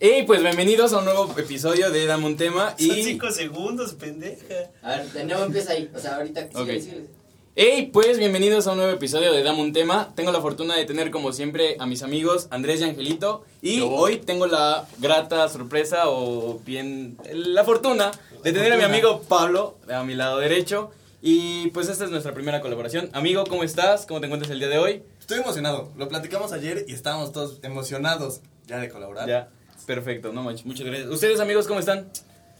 Y pues bienvenidos a un nuevo episodio de Dame un tema Son y 5 segundos, pendeja. A ver, de nuevo empieza ahí. O sea, ahorita. Ok. síguele, síguele. Hey, pues bienvenidos a un nuevo episodio de Dame un tema. Tengo la fortuna de tener como siempre a mis amigos Andrés y Angelito y Yo. hoy tengo la grata sorpresa o bien la fortuna de tener a mi fortuna. amigo Pablo a mi lado derecho y pues esta es nuestra primera colaboración. Amigo, ¿cómo estás? ¿Cómo te encuentras el día de hoy? Estoy emocionado. Lo platicamos ayer y estábamos todos emocionados ya de colaborar. Ya. Perfecto, no manches, muchas gracias. ¿Ustedes amigos cómo están?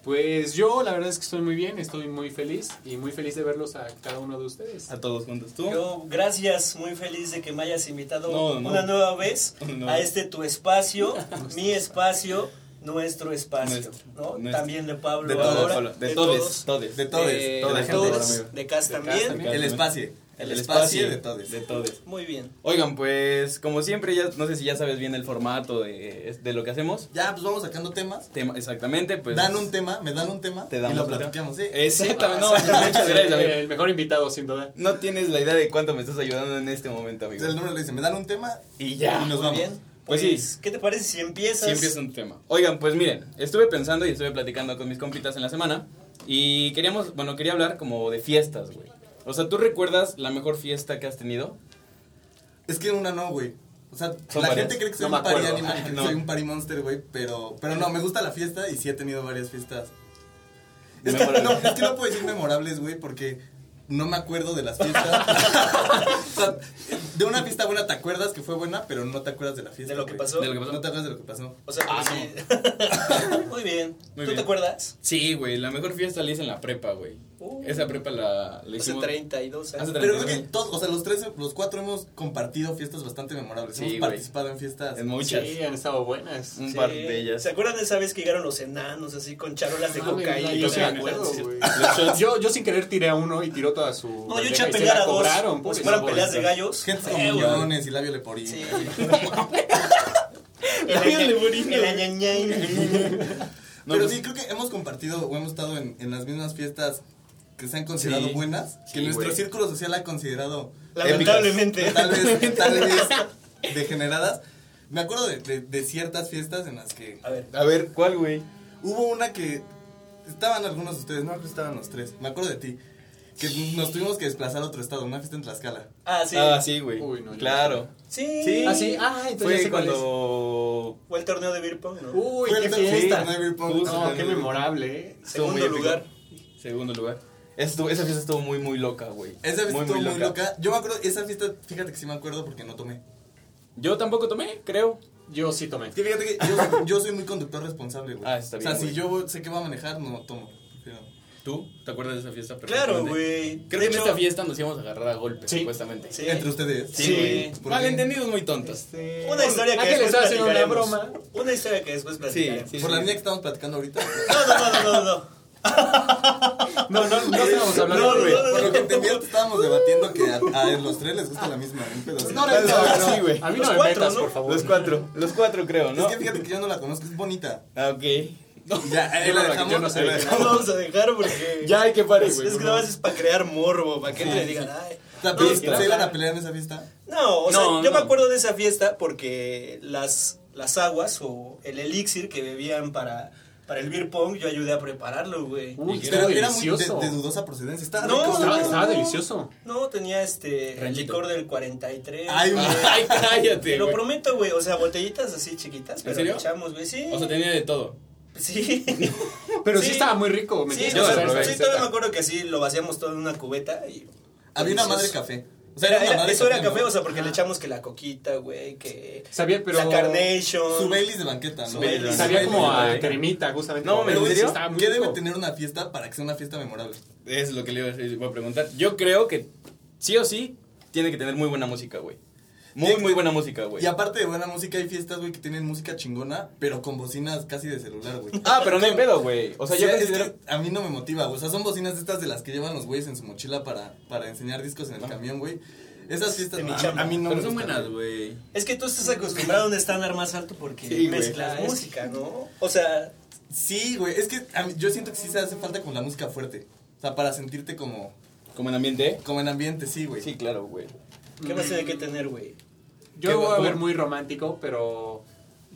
Pues yo la verdad es que estoy muy bien, estoy muy feliz y muy feliz de verlos a cada uno de ustedes. A todos juntos, ¿tú? Yo, gracias, muy feliz de que me hayas invitado No, no. una nueva vez No. a este tu espacio, mi espacio, nuestro espacio. Nuestro, ¿no? nuestro. También de Pablo De todos, ahora. Pablo, de, todos, todos. De todos, eh, toda de gente, todos, amigo. de Cas De Cas también. también. El espacio. El, espacio de todos. De todos. Muy bien. Oigan, pues como siempre, ya, no sé si ya sabes bien el formato de, de lo que hacemos. Ya, pues vamos sacando temas. Tema, exactamente, pues. dan un tema, me dan un tema Te y damos lo un tema. Eh, platicamos, sí. Exactamente, no, muchas gracias, amigo. El mejor invitado, sin duda. No tienes la idea de cuánto me estás ayudando en este momento, O amigo. sea, el número le dice, me dan un tema Y ya. y Muy nos vamos. bien. Pues Pues, sí. ¿qué te parece si empiezas? Siempre es un tema. Oigan, pues miren, estuve pensando y estuve platicando con mis compitas en la semana y queríamos, bueno, quería hablar como de fiestas, güey. O sea, ¿tú recuerdas la mejor fiesta que has tenido? Es que una no, güey. O sea, Son la varias. gente cree que soy No un me party acuerdo. animal, que No. soy un party monster, güey, pero, pero no, me gusta la fiesta y sí he tenido varias fiestas. Es que, Memorables. no, es que no puedo decir memorables, güey, porque no me acuerdo de las fiestas. o sea, de una fiesta buena te acuerdas que fue buena, pero no te acuerdas de la fiesta. De lo que güey. pasó. De lo que pasó. No te acuerdas de lo que pasó. O sea, Ah, pues, sí. Muy bien. ¿Tú Muy te bien. acuerdas? Sí, güey, la mejor fiesta la hice en la prepa, güey. Uh, Esa prepa la, la Hace hicimos. 32 años. Hace Pero creo que todos, o sea, los tres, los cuatro hemos compartido fiestas bastante memorables. Sí, hemos güey. participado en fiestas. En muchas. Sí, han estado buenas. un Sí. par de ellas. ¿Se acuerdan de esa vez que llegaron los enanos así con charolas de Ah, me- cocaína? yo, sí me me acuerdo, güey. Los shots. yo, yo sin querer tiré a uno y tiró toda su... No, yo bandeja eché a y se pelear la a dos. cobraron, pues, como si pobres fueran güey. peleas de gallos. Eh, Gente con güey. millones y labio leporino. Sí. Labios El leporino. aña- el añañain. No, pero pues- sí, creo que hemos compartido o hemos estado en, en las mismas fiestas que se han considerado Sí. buenas, Sí, que nuestro güey. círculo social ha considerado Lamentablemente. épicas, tal vez, tal vez degeneradas. Me acuerdo de, de- de ciertas fiestas en las que A ver, A ver, ¿cuál, güey? hubo una que estaban algunos de ustedes, no creo que estaban los tres, me acuerdo de ti, que nos tuvimos que desplazar a otro estado, una fiesta en Tlaxcala. ah, sí. Ah, sí, güey. Uy, no, yo claro. Sí. Sí. Ah, sí, ah, entonces ya Fue sé cuál cuando. Fue el torneo de Beer Pong, ¿no? es. Uy, Fue qué la fiesta. fiesta, ¿no? Beer pong. Justo. No, qué memorable, eh. Estuvo muy Segundo épico. lugar. Segundo lugar. Estuvo- esa fiesta estuvo muy, muy loca, güey. Esa fiesta estuvo muy loca. Yo me acuerdo, esa fiesta, fíjate que sí me acuerdo porque no tomé. Yo tampoco tomé, creo. Yo sí tomé. Es que fíjate que yo, yo soy muy conductor responsable, güey. Ah, está bien, O sea, güey. si yo sé que va a manejar, no tomo. Pero... ¿Tú? ¿Te acuerdas de esa fiesta? Claro, perfectamente? Creo güey. De que en hecho, esta fiesta nos íbamos a agarrar a golpes, Sí. supuestamente. Sí. Entre ustedes. Sí, Sí. güey. ¿Por qué? Malentendidos muy tontos. Este, Una historia que Ángel después estaba haciendo una platicaremos. broma. Una historia que después platicaremos. Sí, Por la sí. línea que estamos platicando ahorita. No, no, no, no, no, no. No, no, no estábamos hablando No, de... no, no. Por lo que entendí, estábamos debatiendo que a, a los tres les gusta la misma. Un pedacito. No, no, no, no. Sí, güey. A mí Los no me cuatro, metas, ¿no? por favor. Los cuatro. Los cuatro, creo, ¿no? Es que fíjate que yo no la conozco, es bonita. Ah, ok. Ya, ahí Yo la no la- dejamos. yo no sé. ahí la No dejamos. vamos a dejar porque. Ya hay que parar, Es, güey. es que nada más es para crear morbo, para que le digan, ay. O sea, no, pero es que- ¿Se iban a pelear en esa fiesta? No, o sea, No, yo me no. acuerdo de esa fiesta porque las, las aguas o el elixir que bebían para, para el beer pong, yo ayudé a prepararlo, güey. Pero Uy, Pero estaba era muy de, delicioso. de dudosa procedencia. Está No, rico. Estaba, estaba delicioso. No, tenía este el Ranchito. licor del 43. Ay, güey. Ay, cállate, Te lo güey. prometo, güey. O sea, botellitas así chiquitas, pero serio? le echamos, güey. Sí. O sea, tenía de todo. sí. Pero sí, Sí. estaba muy rico. me sí, tienes yo o que la sea, hacer probé. sí, receta. todavía me acuerdo que así lo vaciamos todo en una cubeta y. Había una delicioso. madre café. O sea, Era, una era- madre eso era ¿no? café, o sea, porque le echamos que la coquita, güey, que Sabía, pero... la carnation. Su Baileys de banqueta, Su ¿no? Baileys de Su Sabía Baileys como de a banqueta. cremita, justamente. No, Pero, ¿en güey, serio? Estaba muy ¿Qué debe rico. tener una fiesta para que sea una fiesta memorable? Es lo que le iba a, decir, voy a preguntar. Yo creo que sí o sí tiene que tener muy buena música, güey. Muy, Tiene- muy buena música, güey. Y aparte de buena música, hay fiestas, güey, que tienen música chingona, pero con bocinas casi de celular, güey. Ah, pero no hay pedo, güey. O sea, yo Sí, es considero. que a mí no me motiva, güey. O sea, son bocinas estas de las que llevan los güeyes en su mochila para, para enseñar discos en el camión, güey. Esas fiestas De mi no, a- chamba. a mí no pero me son gustan, buenas, güey. Es que tú estás acostumbrado a un estándar más alto porque Sí, güey. mezclas música, ¿no? O sea, Sí, güey, es que a mí- yo siento que sí se hace falta con la música fuerte. O sea, para sentirte como, Como en ambiente. como en ambiente, sí, güey. Sí, claro, güey. Este, ¿qué más tiene que tener, güey? Yo Qué voy a guapo. ver muy romántico, pero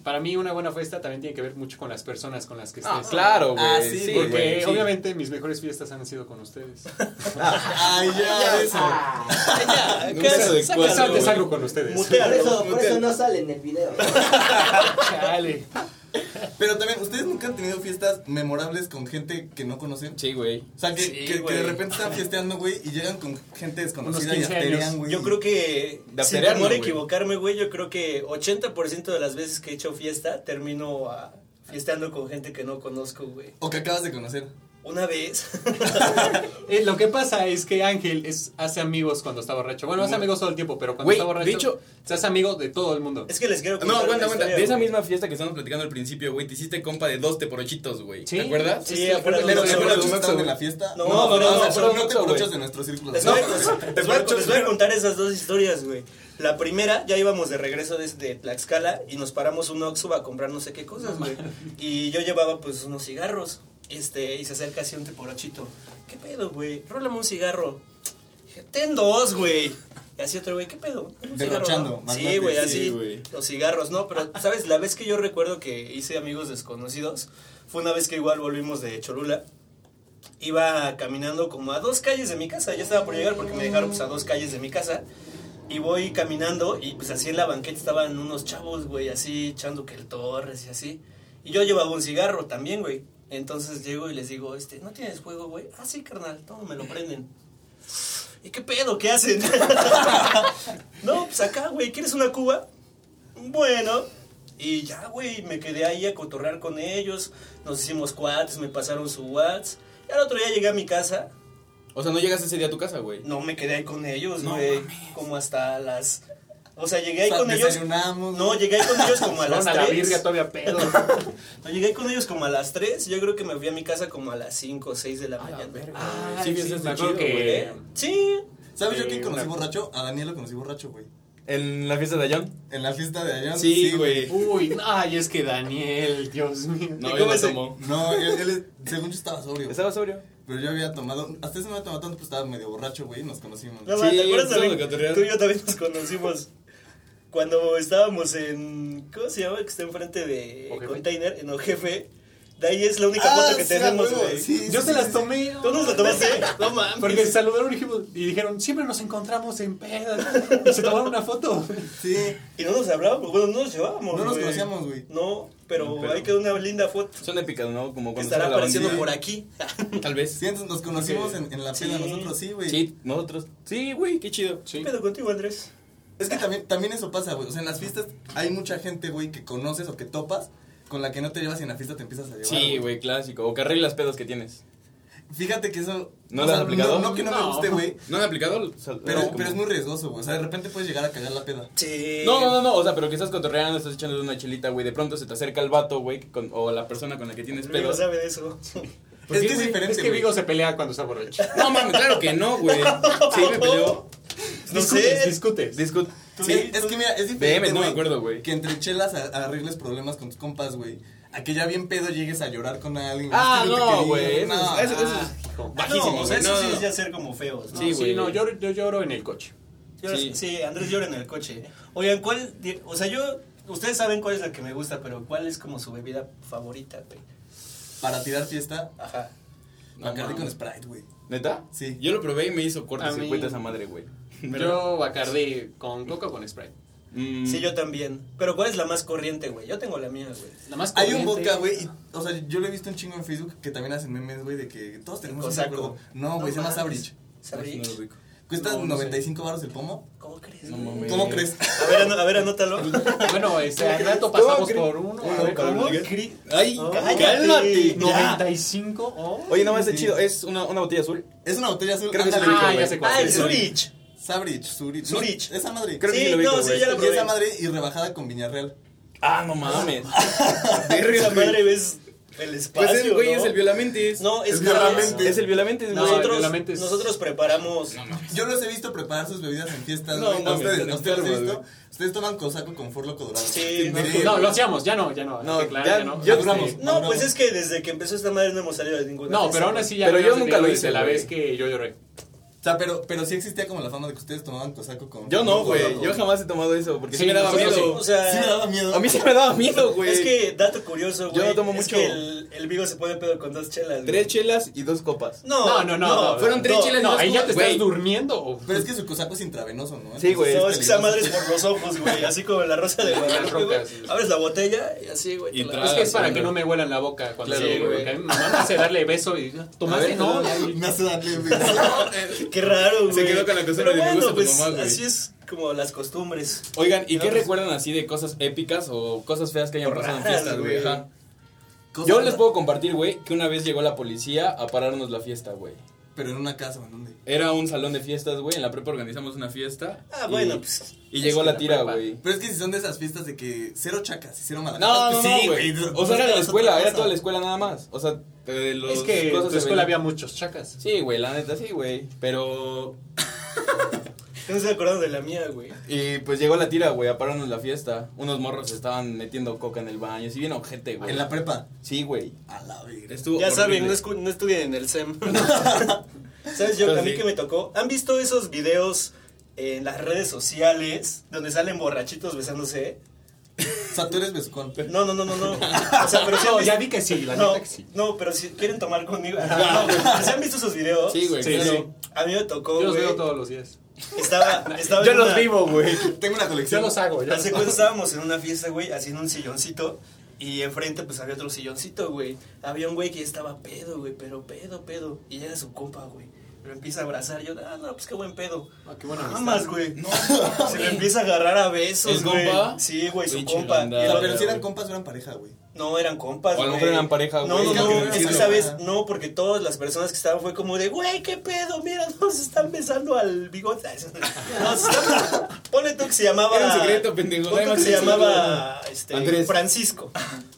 para mí una buena fiesta también tiene que ver mucho con las personas con las que estés. Ah, claro, güey. Ah, sí, sí, Porque güey, sí. obviamente mis mejores fiestas han sido con ustedes. Ay, ya, eso. Ya, Un ¿qué beso de haces? cuatro, Sácalo. Antes salgo con ustedes. Mutea. Ah, Por eso, por Mutea. eso no sale en el video. Chale. Pero también, ¿ustedes nunca han tenido fiestas memorables con gente que no conocen? Sí, güey. O sea, que, Sí, que- que güey. de repente están fiesteando, güey, y llegan con gente desconocida y 15 años. asterean, güey. Yo creo que, De sin apedrearlo, temor a güey. equivocarme, güey, yo creo que 80% de las veces que he hecho fiesta termino ah, fiesteando con gente que no conozco, güey. O que acabas de conocer. Una vez. Eh, lo que pasa es que Ángel es, hace amigos cuando está borracho. Bueno, hace Muy- amigos todo el tiempo, pero cuando Güey, está borracho, de hecho- se hace amigos de todo el mundo. es que les quiero No, contar aguanta, una aguanta. historia, De esa güey. misma fiesta que estamos platicando al principio, güey, te hiciste compa de dos teporochitos, güey. Sí. ¿Te acuerdas? Sí, ¿te acuerdas? afuera de Pero un te Oxxo, acuerdas afuera de un Oxxo, de güey. la fiesta? no, No, no, o sea, no, pero no, te no, brochas güey. de nuestro círculo. Les No, voy, a- les voy te a, brochas, les voy a güey. contar esas dos historias, güey. La primera, ya íbamos de regreso desde Tlaxcala y nos paramos un Oxxo a comprar no sé qué cosas, güey. Y yo llevaba, pues, unos cigarros. Este, y se acerca así un teporochito. ¿Qué pedo, güey? Rólame un cigarro. Dije, ten dos, güey. Y así otro, güey, ¿qué pedo? Un cigarro, Derrochando, ¿no? Sí, magnate, güey, sí, así. güey. los cigarros, ¿no? Pero, ¿sabes? La vez que yo recuerdo que hice amigos desconocidos fue una vez que igual volvimos de Cholula iba caminando como a dos calles de mi casa. Ya estaba por llegar porque me dejaron pues, a dos calles de mi casa. Y voy caminando y pues así en la banqueta estaban unos chavos, güey, así echando que el Torres y así. Y yo llevaba un cigarro también, güey. Entonces llego y les digo, este, ¿no tienes fuego, güey? Ah, sí, carnal, todo me lo prenden. ¿Y qué pedo? ¿Qué hacen? no, pues acá, güey, ¿quieres una cuba? Bueno. Y ya, güey, me quedé ahí a cotorrear con ellos. Nos hicimos cuates, me pasaron su whats. Y al otro día llegué a mi casa. O sea, no llegas ese día a tu casa, güey. No me quedé ahí con ellos, No güey. como hasta las... O sea, llegué o ahí sea, con ellos... desayunamos, No, llegué ahí con ellos como a las Fueron a la tres. virga todavía pedo. No, llegué ahí con ellos como a las 3. Yo creo que me fui a mi casa como a las 5 o 6 de la mañana. Ay, Sí, sí, fiestas de me acuerdo chido, que- güey. ¿Eh? Sí. ¿Sabes yo Sí, quién conocí una- borracho? A Daniel lo conocí borracho, güey. ¿En la fiesta de John? En la fiesta de allá. Sí, güey. Uy, ay, es que Daniel, Dios mío. No, ¿Y él cómo no se- tomó. No, él, él- según yo estaba sobrio. ¿Estaba sobrio? Pero yo había tomado, hasta ese no había tomado tanto, pues estaba medio borracho, güey, y nos conocimos. No, Sí, ¿te acuerdas estamos también? de cotorreo. Tú y yo también nos conocimos cuando estábamos en. ¿Cómo se llama? Que está enfrente de Ojefe. Container, en Ojefe. De ahí es la única Ah, foto que sí, a tenemos, huevo, güey. sí, Yo sí, se sí, las sí. tomé. ¿Tú nos la tomaste? No Porque mames. saludaron y dijimos- y dijeron, siempre nos encontramos en pedas. Y se tomaron una foto. Sí, Y no nos hablábamos, bueno, no nos llevábamos. no nos güey. conocíamos, güey. No, pero, Pero- ahí quedó una linda foto Son épicas, ¿no? Como que cuando estará sale la apareciendo bandera. por aquí. Tal vez. Sí, entonces nos conocimos en, en la Sí. peda nosotros, sí, güey. Sí, nosotros. Sí, güey, qué chido. Sí. ¿Qué pedo contigo, Andrés? Es que también, también eso pasa, güey. O sea, en las fiestas hay mucha gente, güey, que conoces o que topas, con la que no te llevas y en la fiesta te empiezas a llevar. Sí, güey, clásico. O que arreglas pedos que tienes. Fíjate que eso. ¿No o lo has sea, aplicado? No, no que no, me No. guste, güey. ¿No han aplicado? O sea, Pero, no, como- pero es muy riesgoso, güey. O sea, de repente puedes llegar a cagar la peda. Sí. No, no, no, no, o sea, pero que estás cotorreando, estás echando una chelita, güey, de pronto se te acerca el vato, güey, que con- o la persona con la que tienes Pero pedos. sabe de eso. Pues Es que es güey, diferente, Es que güey. Vigo se pelea cuando está borracho. No, mames, claro que no, güey. Sí, me peleó. No Discutes, sé. Discutes. Discut. Sí, Sí. es que mira, es Veme, diferente, no me güey, acuerdo, güey. Que entre chelas a- arregles problemas con tus compas, güey. A que ya bien pedo llegues a llorar con alguien. Ah, es que yo te no, quería, güey. Eso, no. es- eso, eso Ah, es hijo. bajísimo, No, o sea, güey. eso no, sí no. es ya ser como feos, ¿no? Sí, Sí, güey. no, yo, yo lloro en el coche. Yo- Sí. sí. Andrés llora en el coche. Oigan, ¿cuál? di- O sea, yo. Ustedes saben cuál es la que me gusta, pero ¿cuál es como su bebida favorita, güey? Para tirar fiesta, Ajá. No Bacardi mames. con Sprite, güey. ¿Neta? Sí. Yo lo probé y me hizo A cortocircuito mí- esa madre, güey. Yo Bacardi con coca o con Sprite. Mm, Sí, yo también. Pero ¿cuál es la más corriente, güey? Yo tengo la mía, güey. La más Hay un corriente. vodka, güey. y- O sea, yo lo he visto un chingo en Facebook que también hacen memes, güey, de que todos tenemos un Cosaco. acuerdo. No, güey, se llama mames. Sabridge. no lo ¿Sabridge? ubico. Cuesta No, no sé. 95 baros el pomo. ¿Cómo crees, No güey? mames. ¿Cómo Eh. crees? A ver, ano- a ver, anótalo. Bueno, este, al rato pasamos ¿Cómo por uno. a ver, ¿Cómo ¿cómo? cre- Ay, Oh, cállate. Ya. cállate. 95 o. Oye, no, está chido. Es una, una botella azul. Es una botella azul. Creo que ándale, sí lo ubico, Ah, güey. ya sé cuál. Ah, el Zurich. Sabridge, Zurich. Zurich. No, esa madre. Creo que Sí, sí lo ubico, no, sí, güey. ya la Y probé. esa madre y rebajada con Viñarreal. Ah, no mames. Esa madre ves el espacio, Pues el güey ¿no? es el violamentes. No, es Es que violamente. Es el violamentes, No, güey. el Nosotros, violamente es- nosotros preparamos... Yo los he visto preparar sus bebidas en fiestas. No, güey. mames, a ustedes, están a ustedes los he enfermos, visto. Ustedes toman cosaco con forlo colorado. Sí, no, Miren, No, lo hacíamos, ya no, ya no. No, hay que aclarar, ya- ya no. ya Este, duramos. No, pues es que desde que empezó esta madre no hemos salido de ninguna No, mesa, pero aún güey. así ya. Pero yo se nunca lo vio hice, desde la güey. vez que yo lloré. O sea, pero, pero sí existía como la fama de que ustedes tomaban cosaco con. Yo no, con güey. cosaco. Yo jamás he tomado eso porque sí, Sí, me daba nosotros miedo. O sea, Sí me daba miedo. A mí sí me daba miedo, güey. es que, dato curioso, Yo güey. no tomo es mucho. que el, el Vigo se pone pedo con dos chelas, güey. Tres chelas y dos copas. No, No, no, no, no, fueron tres no, chelas. No, dos ahí ya te copas, güey. estás durmiendo. o- Pero es que su cosaco es intravenoso, ¿no? Sí, güey. No, Entonces es que es esa madre peligroso. es por los ojos, güey. Así como en la rosa de Guadalupe, güey. rocas, sí. Abres la botella y así, güey. Y te la- tragas. Es que es para Claro. que no me huelan la boca cuando Claro, llego, güey. porque a mí Me hace darle beso y tomaste, no. ya- Me hace darle. güey. Qué raro, güey. Se quedó con la costumbre Pero de me gusta bueno, tu pues, mamá, güey. Así es como las costumbres. Oigan, ¿y No, qué pues- recuerdan así de cosas épicas o cosas feas que hayan pasado en Raras, fiestas, güey? güey. Ajá. Cosa- Yo les puedo compartir, güey, que una vez llegó la policía a pararnos la fiesta, güey. Pero en una casa, ¿en dónde? Era un salón de fiestas, güey. En la prepa organizamos una fiesta. Ah, y- bueno, pues. Y llegó es la la tira, prepa. güey. Pero es que si son de esas fiestas de que cero chacas y cero malas. No, no, pues no, sí, güey. o sea, era la escuela, era toda la escuela nada más. O sea, de los Es que en cosas tu se escuela veían. había muchos chacas. Sí, güey, la neta sí, güey. Pero. No estoy acordando de la mía, güey. Y pues llegó la tira, güey, a pararnos la fiesta. Unos morros estaban metiendo coca en el baño. Sí, bien ojete, güey. En la prepa. Sí, güey. A la verga. Estuvo Ya horrible. saben, no, escu- no estudien en el E SEM. ¿Sabes? Yo, a mí Sí. que me tocó. ¿Han visto esos videos en las redes sociales donde salen borrachitos besándose? O sea, tú eres besucón. No, no, no, no, no. O sea, pero sí han No, visto- ya vi que sí, la no, neta que sí. no, pero si quieren tomar conmigo. No, güey, pero ¿Se han visto esos videos? Sí, güey. Sí, claro. sí. A mí me tocó. Yo los güey. veo todos los días. Estaba, estaba Yo en los una- vivo, güey. Tengo una colección. Yo los hago, yo los Hace hago. cuenta estábamos en una fiesta, güey, así en un silloncito. Y enfrente, pues había otro silloncito, güey. Había un güey que ya estaba pedo, güey, pero pedo, pedo. Y era su compa, güey. Lo empieza a abrazar. Yo, ah, no, pues qué buen pedo. Ah, qué buena amistad. Mamas, güey. Se le empieza a agarrar a besos, ¿El güey. compa? Sí, güey, su Pinche compa. bandada, Y el O sea, otro- pero si eran compas o eran pareja, güey. no, eran compas, O a lo güey. mejor eran pareja, No, güey. no, no, Es es que que sabes, no, porque todas las personas que estaban fue como de, güey, qué pedo, mira, nos están besando al bigote. Nos están- Pone tú que se llamaba. Era un secreto, pendejo. Pon Nada tú más que se eso, llamaba este, Andrés. Francisco.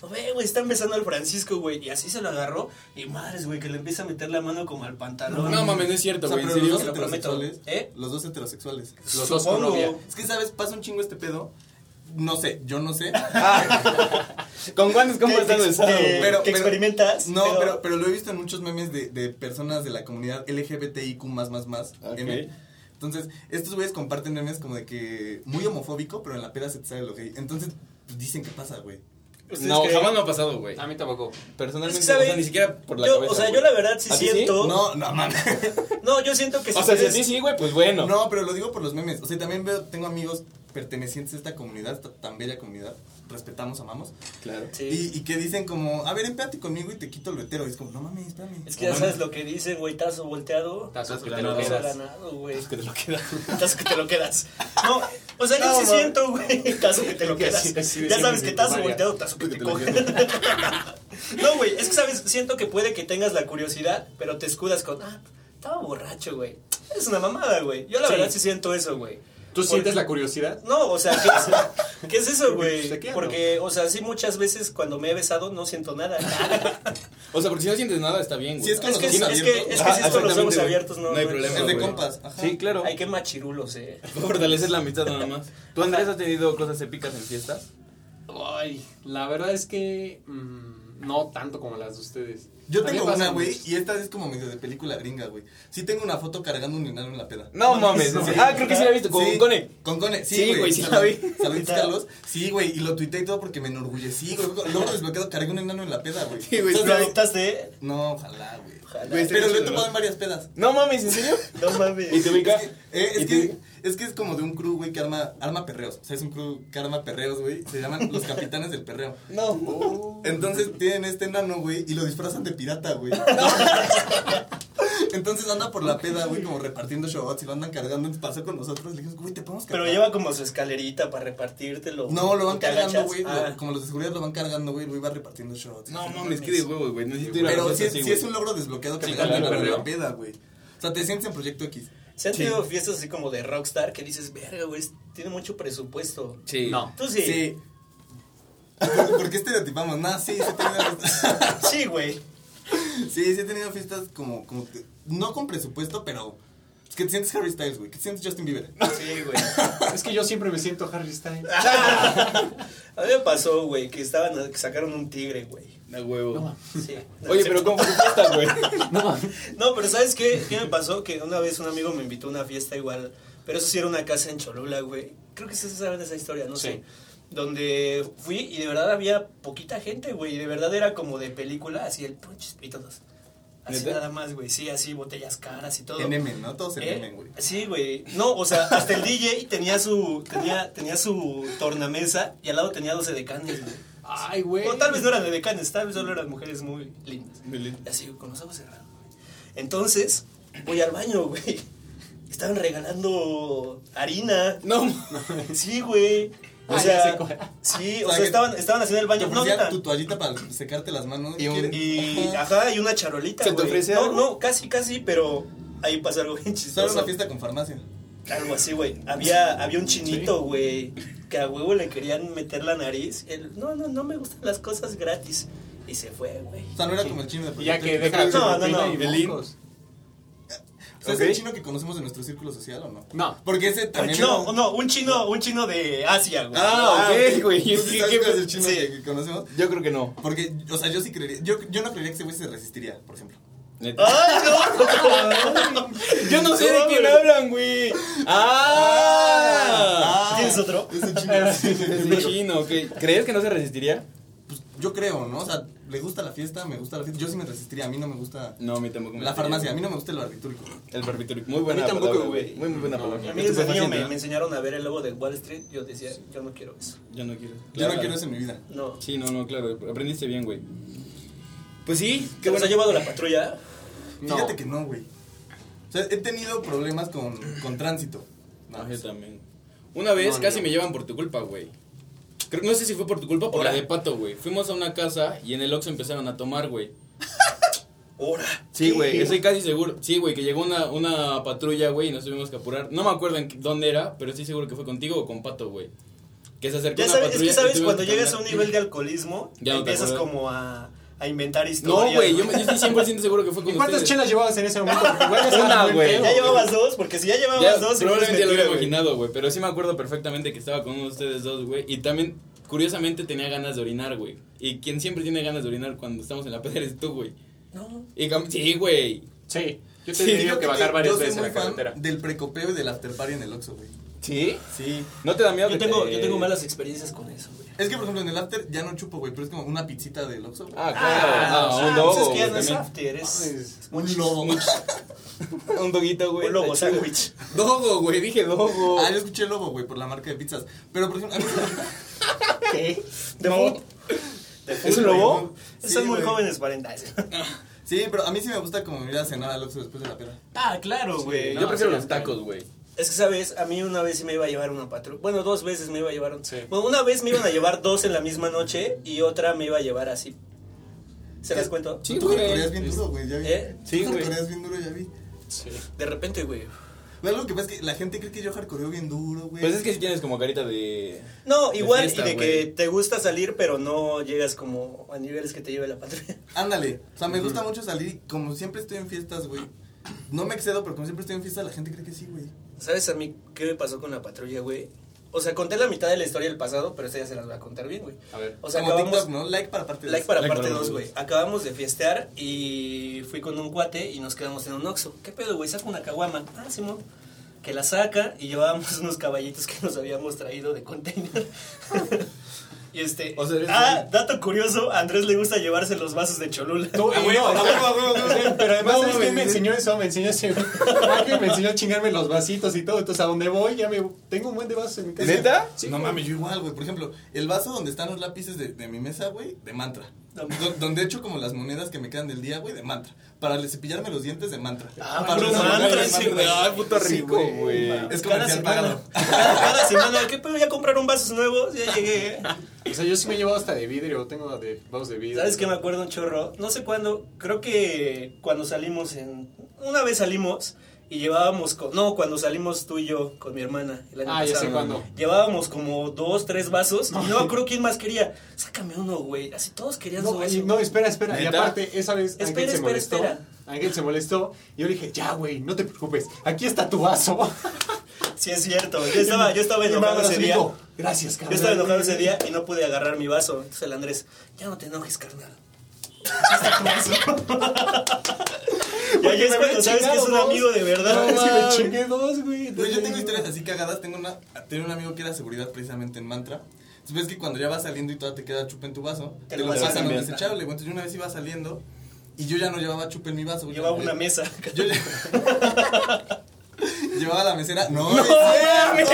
Güey, güey, están besando al Francisco, güey. Y así se lo agarró. Y madres, güey, que le empieza a meter la mano como al pantalón. No mames, no es cierto, O sea, güey. pero ¿En serio? los dos Te lo prometo. heterosexuales. ¿Eh? Los dos heterosexuales. Los dos con Supongo. novia. Es que, ¿sabes? Pasa un chingo este pedo. No sé, yo no sé. ¿Con cuántos ¿Qué- compas estás qué- besado, qué- güey? Pero- qué pero- experimentas? No, pero, pero lo he visto en muchos memes de, de personas de la comunidad LGBTIQ más más más. Ok. M. Entonces, estos güeyes comparten memes como de que muy homofóbico, pero en la peda se te sale lo gay. Entonces, pues, dicen qué pasa, güey. ¿Ustedes No, creen? jamás me ha pasado, güey. A mí tampoco. Pues Ah, Personalmente, Es que, ¿saben? o sea, ni siquiera por la Yo, cabeza. O sea, güey. yo la verdad sí ¿A ti sí? siento. No, no mames. No, yo siento que O sea, si a ustedes- ti sí, güey, pues bueno. No, pero lo digo por los memes. O sea, también veo, tengo amigos pertenecientes a esta comunidad, esta tan bella comunidad. Respetamos, amamos. Claro. Sí. Y, y que dicen como, a ver, empéate conmigo y te quito lo hetero. Y es como, no mames, espérame. Es que ya sabes lo que dicen, güey, tazo volteado. Tazo Tazo que te lo ganado. Tazo quedas. ganado, güey. Es que te lo queda. Tazo que te lo quedas. No, o sea, yo No, sí mames. siento, güey, tazo que te lo Que quedas. así- así ya decían sabes en que mi tazo primaria. volteado, tazo que Que te te lo coge. No, güey, es que sabes, siento que puede que tengas la curiosidad, pero te escudas con, ah, estaba borracho, güey. Es una mamada, güey. Yo la Sí. verdad sí siento eso, güey. ¿Tú Porque- sientes la curiosidad? No, o sea, ¿qué es, ¿qué es eso, güey? ¿De qué, no? Porque, o sea, sí muchas veces cuando me he besado no siento nada. O sea, porque si no sientes nada, está bien, güey. Sí, es con Es los que, es, ojos es que, abiertos. es que si Ah, es con los exactamente, ojos güey. abiertos no, No hay no problema, Es de güey. compas. Ajá. Sí, claro. Hay que machirulos, eh. Fortaleces la amistad nada más. ¿Tú, Andrés, has tenido cosas épicas en fiestas? Ay, la verdad es que mm, no tanto como las de ustedes. A Yo mí tengo me una, pasan güey, muchas. y esta es como medio de película gringa, güey. Sí tengo una foto cargando un enano en la peda. No mames. no. sí. Ah, creo que sí la he visto. Con Sí, Cone. Con Cone, sí, Sí, güey. güey, sí la Salud- vi. Saluditos, Carlos. Sí, güey, y lo tuiteé y todo porque me enorgullecí, güey. Luego desbloqueado cargué un enano en la peda, güey. Sí, güey, O sea, ¿Lo adoptaste, eh? No, ojalá, güey. Ojalá. Güey, Pero lo he chido, topado ¿no? en varias pedas. No mames, ¿en serio? No mames. ¿Y te ubica? Es que, eh, es, ¿Y que, te- es que es como de un crew, güey, que arma, arma perreos. O sea, es un crew que arma perreos, güey. Se llaman los capitanes del perreo. No. Entonces tienen este enano, güey, y lo disfrazan de pirata, güey. Entonces anda por la peda, güey, como repartiendo shots y lo andan cargando. Entonces pasó con nosotros, le dijimos, güey, te podemos cargar. Pero lleva como su escalerita para repartírtelo. No, lo van ¿Te cargando, agachas? güey. lo- Ah. Como los de seguridad lo van cargando, güey, lo va repartiendo shots. No mames, qué de huevos, güey. Necesito ir a Pero una sí, fiesta así, es- sí güey. es un logro desbloqueado que Sí, me da claro, en la perreo. peda, güey. O sea, te sientes en Proyecto X. ¿Se han Sí. tenido fiestas así como de rockstar que dices, verga, güey, es- tiene mucho presupuesto? Sí. No. Tú sí. Sí, ¿Por, por qué estereotipamos? Nah, sí, sí he tenido fiestas. güey. sí, sí he tenido fiestas como, como que- no con presupuesto, pero es que te sientes Harry Styles, güey, que te sientes Justin Bieber. Sí, güey. Es que yo siempre me siento Harry Styles. Ah. A mí me pasó, güey, que estaban, que sacaron un tigre, güey. A huevo. No, mames. Sí. Oye, pero ¿cómo fue tu fiesta, güey? no mames. No, pero ¿sabes qué? ¿Qué me pasó? Que una vez un amigo me invitó a una fiesta igual, pero eso sí era una casa en Cholula, güey. Creo que ustedes saben esa historia, no Sí. sé. Donde fui y de verdad había poquita gente, güey. Y de verdad era como de película, así el punch y todos. Así ¿Neta? nada más, güey. Sí, así botellas caras y todo. En M, ¿no? Todos en ¿Eh? M, güey. Sí, güey. No, o sea, hasta el DJ tenía su tenía tenía su tornamesa y al lado tenía 12 decanes, güey. Ay, güey. O tal vez no eran de decanes, tal vez solo eran mujeres muy lindas. Belén. Y así, con los ojos cerrados, güey. Entonces, voy al baño, güey. Estaban regalando harina. No, Sí, güey. O Ah, ya sea, sé cuál. sí, o O sea, sea, que estaban, estaban haciendo el Te baño. No, ofrecía neta. tu toallita para secarte las manos. Y un- ¿quieres? Y, Ajá. ajá, y una charolita, ¿Se te güey. ofrece No, algo? no, casi, casi, pero ahí pasa algo bien Solo chistoso. una fiesta con farmacia. Algo así, güey. Había, había un chinito, güey, que a huevo le querían meter la nariz. Él, no, no, no me gustan las cosas gratis. Y se fue, güey. O sea, no era como el chino de Ya que deja ¿Sabes su No, no, propina no, y Belín. mocos. Ok. el chino que conocemos en nuestro círculo social o no? No. Porque ese también. No, no, un chino, un chino de Asia, güey. Ah, ok, güey. ¿Tú sí ¿Qué- sabes qué- cuál es el chino sí. que, que conocemos? Yo creo que no. Porque, o sea, yo sí creería. Yo, yo no creería que ese güey se resistiría, por ejemplo. Neta. ¡Ay, no! Yo no sé de quién güey. hablan, güey. ¡Ah! Ah, ¿Tienes otro? Ese chino. sí, sí, Es sí. de chino, ok. ¿Crees que no se resistiría? Pues, yo creo, ¿no? O sea, le gusta la fiesta, me gusta la fiesta. Yo sí me resistiría, a mí no me gusta. No, a mí tampoco. me La gustaría. farmacia, a mí no me gusta el barbitúrico. El barbitúrico. Muy buena A mí tampoco, palabra, güey. Muy, muy buena No, palabra. A mí ¿Qué te desde fue niño me, haciendo? me enseñaron a ver el logo de Wall Street. Yo decía, yo no quiero eso. Yo no quiero. Yo Claro. no quiero eso en mi vida. No. Sí, no, no, claro. Aprendiste bien, güey. Pues sí, ¿Qué qué nos bueno. ha llevado la patrulla? No. Fíjate que no, güey. O sea, he tenido problemas con, con tránsito. Ah, yo también. Una vez No, casi no. me llevan por tu culpa, güey. Creo, no sé si fue por tu culpa o por Hola. la de Pato, güey. Fuimos a una casa y en el Oxxo empezaron a tomar, güey. ¡Hora! Sí, güey, estoy casi seguro. Sí, güey, que llegó una, una patrulla, güey, y nos tuvimos que apurar. No me acuerdo en qué- dónde era, pero estoy seguro que fue contigo o con Pato, güey. Que se acercó Ya una sabes, es patrulla. que y sabes, tuvimos cuando que llegas a un caminar. nivel de alcoholismo, Ya no te empiezas acuerdas. como a, a inventar historias. No, güey, yo, me- yo estoy 100% seguro que fue con ¿Y cuántas ustedes. chelas llevabas en ese momento? Porque igual estaban Una, buen güey. pedo, Ya llevabas dos, porque si ya llevabas Ya, dos, seguro es probablemente ya lo mentira, hubiera güey. imaginado, güey, pero sí me acuerdo perfectamente que estaba con uno de ustedes dos, güey, y también, curiosamente, tenía ganas de orinar, güey. Y quien siempre tiene ganas de orinar cuando estamos en la peda eres tú, güey. No. Y cam- sí, güey. Sí. Yo te Sí, he yo tenido que Fíjate bajar varias yo soy veces en muy la fan carretera. Del precopeo y del after party en el Oxxo, güey. ¿Sí? Sí. ¿No te da miedo Yo que tengo, te- yo tengo malas experiencias con eso, güey. Es que, por ejemplo, en el after ya no chupo, güey, pero es como una pizzita del Oxxo. güey. Ah, claro. Ah, Ah, un ah, pues lobo, es que ya güey, no es también. Ah, after, es Mames. un lobo. Un doguito, güey. un lobo Está chido. sándwich. Dogo, güey, dije dogo. Ah, yo escuché lobo, güey, por la marca de pizzas. Pero, por ejemplo, a mí ¿Qué? ¿De No. food? De ¿Es un lobo? Están Sí, muy güey. jóvenes para entrar. Sí, pero a mí sí me gusta como ir a cenar al Oxxo después de la peda. Ah, claro, güey. no. yo prefiero sí, los tacos, güey. Es que, ¿sabes? A mí una vez sí me iba a llevar una patrulla. Bueno, dos veces me iba a llevar. un- Sí. Bueno, una vez me iban a llevar dos en la misma noche y otra me iba a llevar así. ¿Se las cuento? Sí, Tú güey. coreas bien duro, güey, ya vi. ¿Eh? Sí, Tú güey. coreas bien duro, ya vi. Sí. De repente, güey. Pero algo que pasa es que la gente cree que yo hardcoreo bien duro, güey. Pues es que si tienes como carita de. No, De igual, fiesta, y de que güey. te gusta salir, pero no llegas como a niveles que te lleve la patrulla. Ándale, o sea, me gusta mucho salir y como siempre estoy en fiestas, güey. No me excedo, pero como siempre estoy en fiestas, la gente cree que sí, güey. ¿Sabes a mí qué me pasó con la patrulla, güey? O sea, conté la mitad de la historia del pasado, pero esta ya se las voy a contar bien, güey. A ver. O sea, como acabamos, TikTok, ¿no? Like para parte Like para Like parte para 2, parte güey. dos. Acabamos de fiestear y fui con un cuate y nos quedamos en un Oxxo. ¿Qué pedo, güey? Saca una caguama. Ah, Simón. Que la saca y llevábamos unos caballitos que nos habíamos traído de container. y este. O sea, eres ah, dato curioso: a Andrés le gusta llevarse los vasos de Cholula. No, A y huevo, Ah, no, a huevo, a huevo, a huevo. Pero además, No, ¿sabes mames, quién me sí. enseñó eso? Me enseñó ese Ángel me enseñó a chingarme los vasitos y todo. Entonces, a donde voy, ya me. Tengo un buen de vasos en mi casa. ¿Neta? Sí, no güey. mames, yo igual, güey. Por ejemplo, el vaso donde están los lápices de, de mi mesa, güey, de mantra. No. Do- donde echo como las monedas que me quedan del día, güey, de mantra. Para le- cepillarme los dientes, de mantra. Ah, para puro los mantra lugares, ese, mantra. güey. Ay, puto Sí, rico, güey. güey. Es cada comercial semana. pagado. Cada, cada semana. ¿Qué pedo? Ya compraron vasos nuevos. Ya llegué. ¿eh? O sea, yo sí me he llevado hasta de vidrio. Tengo de vasos de vidrio. ¿Sabes qué me acuerdo un chorro? No sé cuándo, creo que cuando salimos en... Una vez salimos y llevábamos... co- no, cuando salimos tú y yo con mi hermana. El año Ah, ya pasado. sé cuándo. Llevábamos como dos, tres vasos. Y no me acuerdo quién más quería. Sácame uno, güey. Así todos querían su No, vaso. y- no, espera, espera. Y ¿Neta? aparte, esa vez Espera, Ángel se espera, molestó. espera. Ángel se molestó. Y yo le dije, ya, güey, no te preocupes. Aquí está tu vaso. Sí, es cierto. Yo estaba, yo estaba Y me enojado ese abrazó y día. dijo, Gracias, Yo cabrón. estaba enojado ese día y no pude agarrar mi vaso. Entonces el Andrés, ya no te enojes, carnal. Y ahí es cuando sabes que es un amigo de verdad. No, Sí, me mames, chingué. chingué dos, güey. Güey, yo tengo historias así cagadas. Tengo una, tenía un amigo que era seguridad precisamente en Mantra. Entonces ves que cuando ya vas saliendo y toda te queda chupa en tu vaso, te, lo pasan pasan a también. desechable. güey. Entonces yo una vez iba saliendo y yo ya no llevaba chupa en mi vaso. güey. Llevaba una Güey, mesa. Yo lle- llevaba la mesera. No, ¡No güey.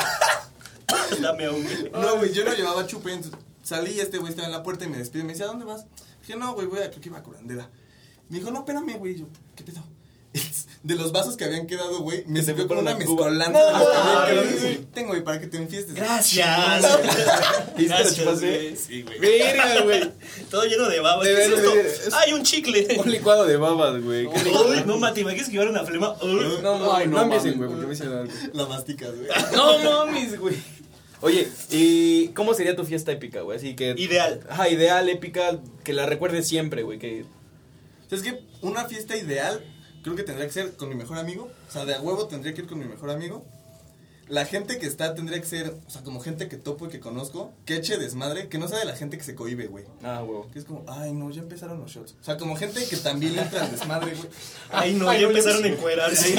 Dame un. güey. No, güey, yo no llevaba chupe. entonces Salí y este güey estaba en la puerta y me despide. Me dice, ¿a dónde vas? Dije, no, güey, voy a, creo que iba a curandera. Me dijo, no, espérame, güey. Yo, ¿qué pedo? De los vasos que habían quedado, güey, me sirvió con una mezcolanta. de los que habían quedado. mames. Dije, Tengo, güey, para que te enfiestes. Gracias. ¿Y si te lo Gracias, chupaste? güey. Sí, güey. Verga, güey. Todo lleno de babas. ¿Qué De es ver, esto? de ver, es- Hay un chicle. Un licuado de babas, güey. Qué rico. Uy, no, Mati, ¿me quieres que llevar una flema? Uy. No, no, Ay, no no empiecen, mames. güey, porque me hice algo. La masticas, güey. No mames, güey. Oye, ¿y cómo sería tu fiesta épica, güey? Así que. Ideal. Ajá, ideal, épica, que la recuerdes siempre, güey. Que... O sea, es que una fiesta ideal creo que tendría que ser con mi mejor amigo. O sea, de a huevo tendría que ir con mi mejor amigo. La gente que está tendría que ser, o sea, como gente que topo y que conozco, que eche desmadre, que no sea de la gente que se cohíbe, güey. Ah, güey. Que es como, ay, no, ya empezaron los shots. O sea, como gente que también le entra al desmadre, güey. Ay, no, Ay, ya no, empezaron a ya- encuerarse.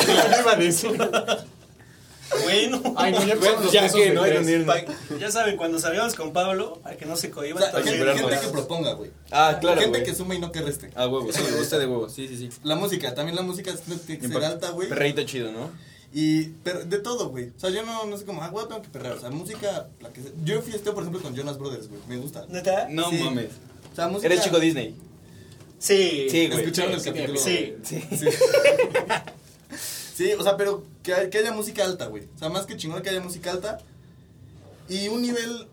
Bueno. Ay, no, ya Bueno, los ya besos que de no tres. hay donde ir. Pa- Ya saben, cuando salíamos con Pablo, a que no se cohiba. O sea, todos gente, que llegaban. gente que vernos. proponga, güey. Ah, claro, gente güey. que suma y no que reste. Ah, huevo, sí, Eso me me gusta gusta. de huevo, sí, sí, sí. La música, también la música tiene que ser alta, güey. Perreíto chido, ¿no? Y pero de todo, güey. O sea, yo no, no sé cómo, ah, güey, tengo que perrar. O sea, música, la que sea. Yo fiesteo, por ejemplo, con Jonas Brothers, güey. Me gusta. ¿Neta? No Sí. mames. O sea, música. Eres chico Disney. Sí. Sí, güey. ¿Escucharon el Sí, capítulo? sí. Sí. Sí, o sea, pero que, hay- que haya música alta, güey. O sea, más que chingón que haya música alta. Y un nivel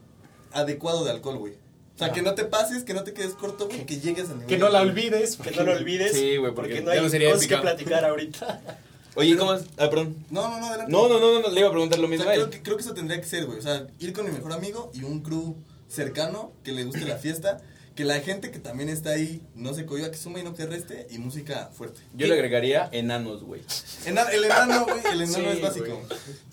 adecuado de alcohol, güey. O sea, que no te pases, que no te quedes corto, güey. Que llegues al nivel. Que no la olvides. Que no lo olvides. Sí, güey, porque porque no ya hay no sería cosas épica. que platicar ahorita. Oye, ¿cómo es? Ah, perdón. No, no, no, adelante. No, no, no, no, no, le iba a preguntar lo O sea, mismo a creo, él. que, creo que eso tendría que ser, güey. O sea, ir con mi mejor amigo y un crew cercano que le guste la fiesta. Que la gente que también está ahí no se cohiba, que suma y no que reste. Y música fuerte. Yo le agregaría enanos, güey. Ena- el enano, güey. El enano Sí, es básico. güey.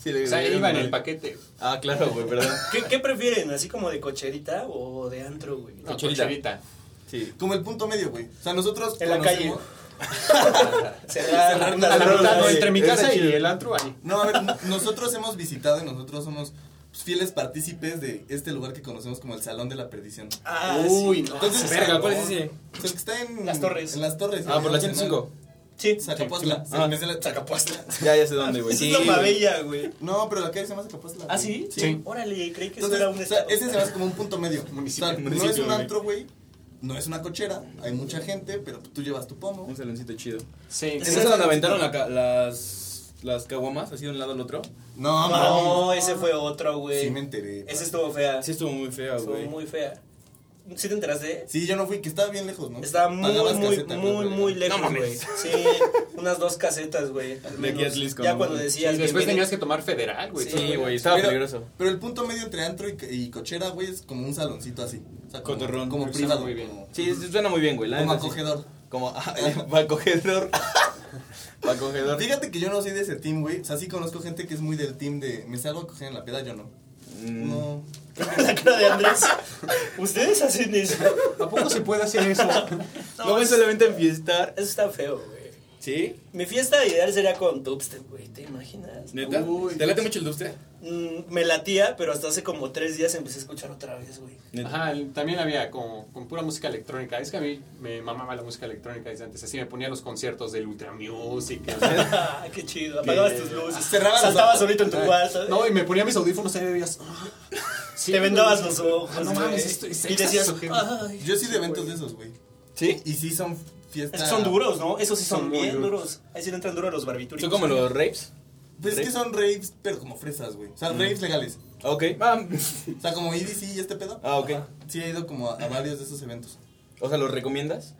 Sí, le O sea, iba en el paquete. Ah, claro, güey, perdón. ¿Qué, qué prefieren? ¿Así como de cocherita o de antro, güey? No, Cocherita. cocherita. Sí. Como el punto medio, güey. O sea, nosotros. En la calle. conocemos- Cerrar Cerrar A una la mitad, no, rola. sí. entre mi Ese casa y chido. el antro ahí. No, a ver, n- nosotros hemos visitado y nosotros somos pues, fieles partícipes de este lugar que conocemos como el Salón de la Perdición. Ah, Uy, sí. no. Entonces, Verga, ¿cuál es ese? O sea, el que está en Las Torres. En las torres. Ah, por la en- 105. Sí. Zacapuastla. Sí. Ah. Me sé la- Zacapuastla. Ya, ya sé dónde, güey. Esa Sí, es la güey. bella, güey. No, pero la calle se llama Zacapuastla. ¿Ah, güey. sí? Sí. Órale, creí que eso Entonces, era un o sea, estado. ese se va como un punto medio. O Municipio, sea, no es municipio, un güey. antro, güey. No es una cochera. Hay mucha gente, pero tú llevas tu pomo. Un saloncito chido. Sí. ¿Es eso donde aventaron la ca- las las caguamas así de un lado al otro? No, No, ese fue otro, güey. Sí me enteré. Ese estuvo fea. Sí estuvo muy fea, estuvo güey. muy fea. ¿Sí te enteraste? Sí, yo no fui, que estaba bien lejos, ¿no? Estaba muy, Pagabas muy, caseta, muy, creo, muy güey. lejos, No mames. güey. Sí, unas dos casetas, güey. al De aquí a menos. Atlisco, Ya no cuando mames. Y decías. después bienvenido- tenías que tomar federal, güey. Sí, güey, güey. estaba Pero- peligroso. Pero el punto medio entre antro y, y cochera, güey, es como un saloncito así. O sea, como, Cotorrón. como Suena privado. muy bien. Como, Sí, sí, suena muy bien, güey. la como neta, sí. acogedor. Como ah, va acogedor. Va acogedor. Fíjate que yo no soy de ese team, güey. O sea, sí conozco gente que es muy del team de me salgo a coger en la peda, yo no. Mm. No. La cara de Andrés. Ustedes hacen eso. ¿A poco se puede hacer eso? No, No, ves eso, solamente enfiestar. eso está feo, güey. ¿Sí? Mi fiesta ideal sería con dubstep, güey. ¿Te imaginas? ¿Neta? Uy. ¿Te late mucho el dubstep? Mm, me latía, pero hasta hace como tres días empecé a escuchar otra vez, güey. Neta. Ajá, el- también había como con pura música electrónica. Es que a mí me mamaba la música electrónica desde antes. Así me ponía los conciertos del Ultra Music. o sea, Ah, qué chido. Apagabas tus luces. Cerrabas los Saltabas ojos. solito en tu cuarto. eh, No, y me ponía mis audífonos ahí bebías. Sí, te vendabas güey. los ojos. Ah, no güey. mames, esto es Y decías, "Ah". sexo, gente. ay. Yo sí de eventos de esos, güey. ¿Sí? Y sí son fiestas. Es que son duros, ¿no? Esos sí son, Son muy bien duros. duros. Ahí sí le entran duros los barbitúricos. ¿Son como los rapes? Pues es que son raves, pero como fresas, güey. O sea, raves legales. Ok. Ah, O sea, como EDC y este pedo. ah, ok. Ajá. Sí he ido como a, a varios de esos eventos. O sea, ¿los recomiendas?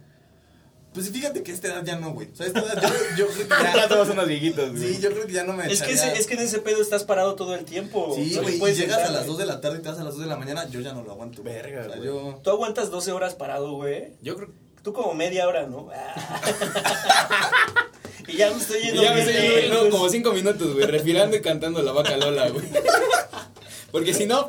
Pues fíjate que a esta edad ya no, güey. O sea, a esta edad yo, yo creo que Ya ya. todos unos viejitos, güey. Sí, yo creo que ya no me Es que, echaría- ese- es que en ese pedo estás parado todo el tiempo. Sí, No te güey, y puedes llegas sentar, a las güey. 2 de la tarde y te vas a las 2 de la mañana, yo ya no lo aguanto. güey. Verga, O sea, güey. yo... Tú aguantas 12 horas parado, güey. Yo creo que. Tú como media hora, ¿no? y ya me estoy yendo. ya me bien pues. estoy yendo, lejos. no, como cinco minutos, güey, respirando y cantando la vaca Lola, güey. Porque si no,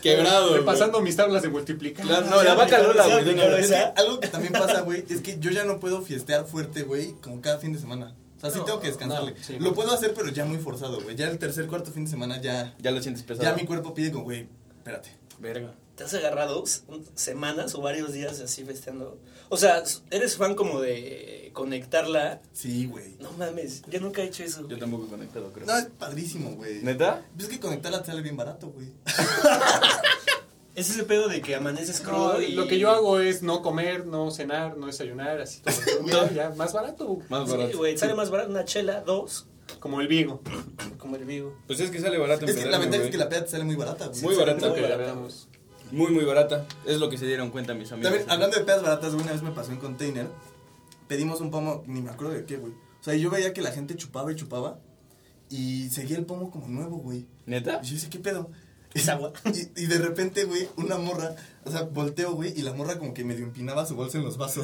quebrado. güey. Repasando mis tablas de multiplicar. Claro, no, la vaca Lola, güey. de una vez. Es que algo que también pasa, güey, es que yo ya no puedo fiestear fuerte, güey, como cada fin de semana. O sea, sí No, tengo que descansarle. no, sí, Lo no. puedo hacer, pero ya muy forzado, güey. Ya el tercer, cuarto fin de semana ya... Ya lo sientes pesado. Ya mi cuerpo pide como, güey, espérate. Verga. ¿Te has agarrado s- semanas o varios días así festeando? O sea, s- eres fan como de conectarla. Sí, güey. No mames, yo nunca he hecho eso. Yo tampoco he conectado, creo. No, es padrísimo, güey. Pues ¿Neta? Es que conectarla te sale bien barato, güey. Es ese pedo de que amaneces crudo No, y... Lo que yo hago es no comer, no cenar, no desayunar, así todo. ya, más barato. Más Sí, barato. güey, sale más barato una chela, dos, Como el Vigo. como el vivo. Pues es que sale barato. Es que la empezar, ventaja güey. es que la peda te sale muy barata, güey. Muy barata. Lo que barato. hablábamos. Muy, muy barata. Es lo que se dieron cuenta mis amigos. También, hablando de pedas baratas, güey, una vez me pasó en container. Pedimos un pomo, ni me acuerdo de qué, güey. O sea, yo veía que la gente chupaba y chupaba. Y seguía el pomo como nuevo, güey. ¿Neta? Y yo dije, ¿qué pedo? Es agua. Y, y de repente, güey, una morra, o sea, volteo, güey, y la morra como que medio empinaba su bolsa en los vasos.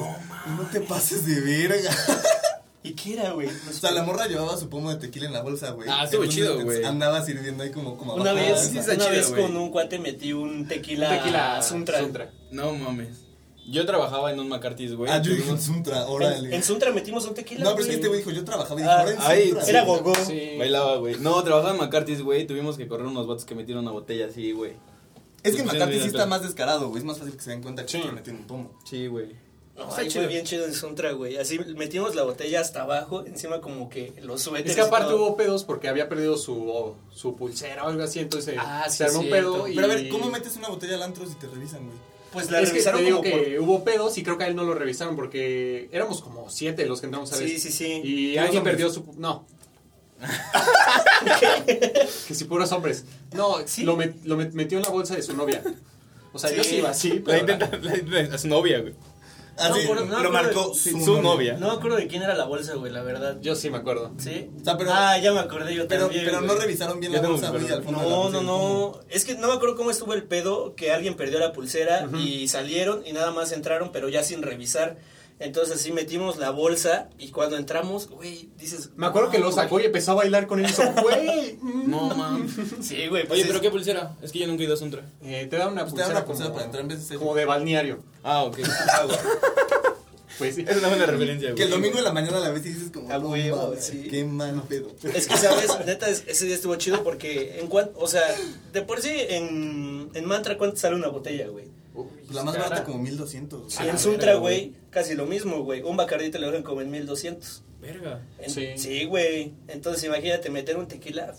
No, te pases de verga. ¿Y qué era, güey? O sea, la morra llevaba su pomo de tequila en la bolsa, güey. Ah, estuvo Entonces, chido, güey. Andaba sirviendo ahí como, como Una abajo de la vez, sí mesa. está una chido, vez güey. con un cuate metí un tequila, Tequila Suntra. Suntra. No mames. Yo trabajaba en un McCarthy's, güey. Ah, yo dije, Tuvimos- Suntra, En, órale. en Suntra metimos un tequila, No, pero es que güey. este güey dijo, yo trabajaba y dijo, Ah, ahora en ahí, Suntra. sí. Era gogo. Sí. Bailaba, güey. No, trabajaba en McCarthy's, güey. Tuvimos que correr unos vatos que metieron una botella así, güey. Pues, Es que Sí, Macarte mira, sí está claro. más descarado, güey. Es más fácil que se den cuenta que Sí. te meten un pomo. Sí, güey. No, Está ahí fue chido. bien chido en Suntra, güey. Así metimos la botella hasta abajo, encima como que los suéteres. Es que aparte ¿no? hubo pedos porque había perdido su, su pulsera o algo así, entonces Ah, sí, se armó un cierto. pedo. Y... Pero a ver, ¿cómo metes una botella al antro si te revisan, güey? Pues la Es que te revisaron digo como por... que hubo pedos y creo que a él no lo revisaron porque éramos como siete los que entramos a ver. Sí, sí, sí. Y Puros alguien hombres. perdió su... No. que si puros hombres. No, Sí. lo, met- lo met- metió en la bolsa de su novia. O sea, yo Sí. sí iba así, La pero... intenta, la intenta- a su novia, güey. Ah, No, sí, por- no, lo pero- marcó sí, su, su novia. novia. No me acuerdo de quién era la bolsa, güey, la verdad. Yo sí me acuerdo. ¿Sí? O sea, pero- ah, ya me acordé yo Pero, también. pero no güey. revisaron bien Ya la tengo bolsa, mi güey, al fondo. de la No, bolsa no, del pomo. no. Es que no me acuerdo cómo estuvo el pedo, que alguien perdió la pulsera y salieron y nada más entraron, pero ya sin revisar. Entonces así metimos la bolsa y cuando entramos, güey, dices... "Ah, Me acuerdo que lo sacó y empezó a bailar con él y hizo, güey. mm". No mames. Sí, güey. pues Oye, es- pero qué pulsera. Es que yo nunca he ido a Suntra. Eh, te da una Pues te pulsera, da una pulsera como, para entrar en vez de sello. como de balneario. Ah, ok. Pues sí. es una buena referencia, güey. Que el domingo de la mañana la ves y dices como, A no huevo, mames, sí. qué mal pedo. Pues Es que, ¿sabes? Neta, es- ese día estuvo chido porque en cuanto... O sea, de por sí en, en Mantra, ¿cuánto sale una botella, güey? La más barata Cara. como 1200, güey. Y en Ah, Suntra, verga, güey, casi lo mismo, güey. Un bacardí te lo dejan como en 1200. Verga. En- Sí. Sí, güey. Entonces, imagínate meter un tequila.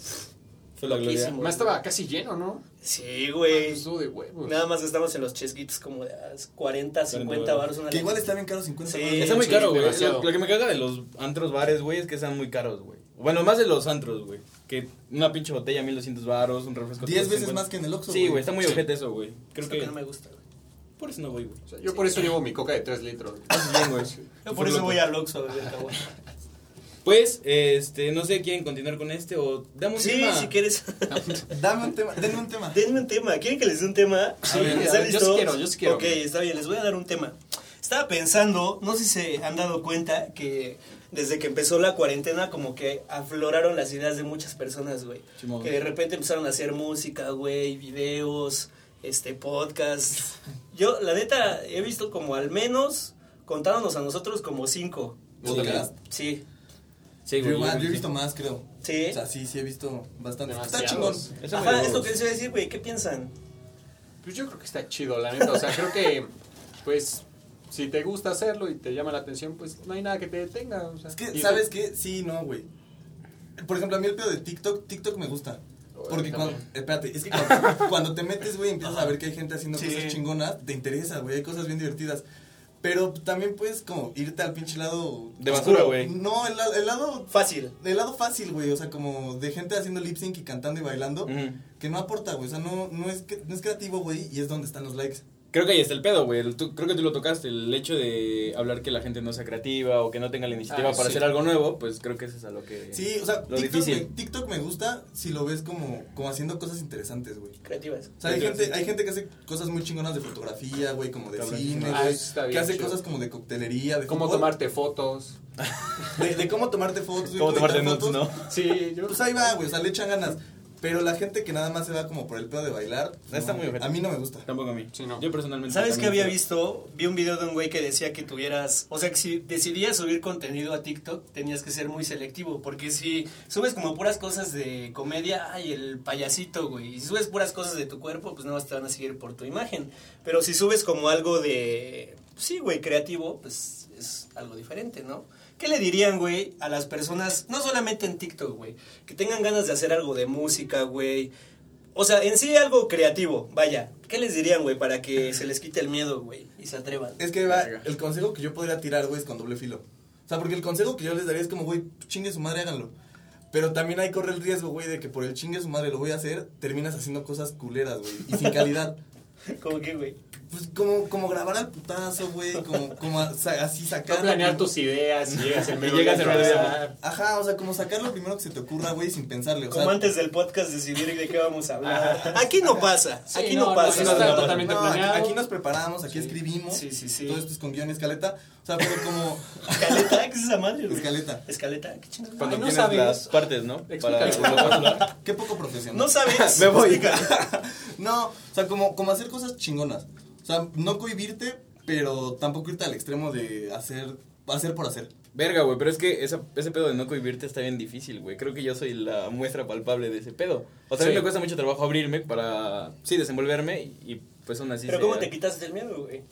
Fue la gloria. Loquísimo. Más estaba casi lleno, ¿no? Sí, güey. Estuvo de huevos. Pues, Nada más estamos en los chesquitos como de ah, 40, 50 baros. baros. Una Que igual está bien caro 50 Sí. baros. Está muy Sí, caro, güey. demasiado. Lo, lo que me caga de los antros bares, güey, es que están muy caros, güey. Bueno, más de los antros, güey. Que una pinche botella, 1200 baros, un refresco. 10 veces 350. más que en el Oxxo, Sí, güey, está muy Sí. ojete eso, güey. Creo que... que. no me gusta, güey. Por eso no voy, güey. O sea, yo por eso llevo mi coca de 3 litros. Estás Ah, bien, güey. Yo por Fue eso loco. voy al Oxxo a beber caguama. Pues, este, no sé, ¿quieren continuar con este o damos un Sí, tema? si quieres. Dame un tema, denme un tema. Denme un tema. ¿Quieren que les dé un tema? Sí, a ver, yo sí quiero, yo sí quiero. Ok, está bien, les voy a dar un tema. Estaba pensando, no sé si se han dado cuenta que desde que empezó la cuarentena como que afloraron las ideas de muchas personas, güey. Simón. Que de repente empezaron a hacer música, güey, videos, este podcast. Yo, la neta, he visto como al menos, contándonos a nosotros, como cinco. Sí, Podcast. Sí, Sí, Yo güey. igual, sí. yo he visto más, creo. sí. O sea, sí, sí he visto bastante. Está chingón. Demasiados. Eso me Ajá, dio- es lo que les iba a decir, güey, ¿qué piensan? Pues yo creo que está chido, la neta. O sea, creo que, pues, si te gusta hacerlo y te llama la atención, pues no hay nada que te detenga. O sea. Es Y que, eso- ¿sabes qué? Sí, no, güey. Por ejemplo, a mí el pedo de TikTok, TikTok me gusta. Porque También. cuando, espérate, es que cuando, cuando te metes, güey, empiezas a ver que hay gente haciendo Sí. cosas chingonas, te interesa, güey, hay cosas bien divertidas. Pero también puedes como irte al pinche lado... De oscuro. basura, güey. No, el, la- el lado... Fácil. El lado fácil, güey, o sea, como de gente haciendo lip sync y cantando y bailando, Ujú. que no aporta, güey, o sea, no, no, es, que- no es creativo, güey, y es donde están los likes. Creo que ahí está el pedo, güey. El- tú- creo que tú lo tocaste. El hecho de hablar que la gente no sea creativa o que no tenga la iniciativa Ah, para sí. hacer algo nuevo, pues creo que eso es a lo que. Sí, o sea, Lo TikTok me, difícil. TikTok me gusta si lo ves como, como haciendo cosas interesantes, güey. Creativas. O sea, hay Sí, gente, sí. hay gente que hace cosas muy chingonas de fotografía, güey, como de Cabrón. cine, Ah, güey. eso está que bien hace chido. cosas como de coctelería, de Cómo fútbol, tomarte fotos. De, de cómo tomarte fotos, güey, Cómo tomarte editar notes, fotos. ¿no? Sí, yo. Pues ahí va, güey, o sea, le echan ganas. Pero la gente que nada más se va como por el pedo de bailar, Está no, muy ojete. a mí no me gusta. Tampoco a mí. Sí, no. Yo personalmente. ¿Sabes qué también había creo. visto? Vi un video de un güey que decía que tuvieras, o sea, que si decidías subir contenido a TikTok, tenías que ser muy selectivo, porque si subes como puras cosas de comedia, ay, el payasito, güey, y si subes puras cosas de tu cuerpo, pues nada más te van a seguir por tu imagen, pero si subes como algo de, sí, güey, creativo, pues es algo diferente, ¿no? ¿Qué le dirían, güey, a las personas, no solamente en TikTok, güey, que tengan ganas de hacer algo de música, güey, o sea, en sí algo creativo, vaya. ¿Qué les dirían, güey, para que se les quite el miedo, güey, y se atrevan? Es que va, el consejo que yo podría tirar, güey, es con doble filo. O sea, porque el consejo que yo les daría es como, güey, chingue su madre, háganlo. Pero también hay corre el riesgo, güey, de que por el chingue su madre lo voy a hacer, terminas haciendo cosas culeras, güey, y sin calidad. ¿Cómo que, güey? Pues como, como grabar al putazo, güey, como, como a- sa- así No sacar. planear lo- tus ideas y llegas el medio llegas día el a medio día. pensar. Ajá, o sea, como sacar lo primero que se te ocurra, güey, sin pensarle. O sea, Como antes del podcast decidir de qué vamos a hablar. Aquí no pasa, Sí, aquí no, no, no, pasa. no está nada. totalmente- no, aquí, planeado. aquí nos preparamos, aquí escribimos. Sí, sí, sí. Todo esto es con guión y escaleta. O sea, pero como. ¿Escaleta? ¿Qué es esa madre, güey? Escaleta. ¿Escaleta? ¿Qué chingados? Cuando Ay, no tienes sabes. las partes, ¿no? Explícalo. Para- Qué poco profesional. No sabes. Me voy. Explica. No, o sea, como, como hacer cosas chingonas. O sea, no cohibirte, pero tampoco irte al extremo de hacer, hacer por hacer. Verga, güey, pero es que esa- ese pedo de no cohibirte está bien difícil, güey. Creo que yo soy la muestra palpable de ese pedo. O sea, a mí Sí. me cuesta mucho trabajo abrirme para, sí, desenvolverme y, y, pues aún así. Pero se- ¿cómo te quitaste el miedo, güey?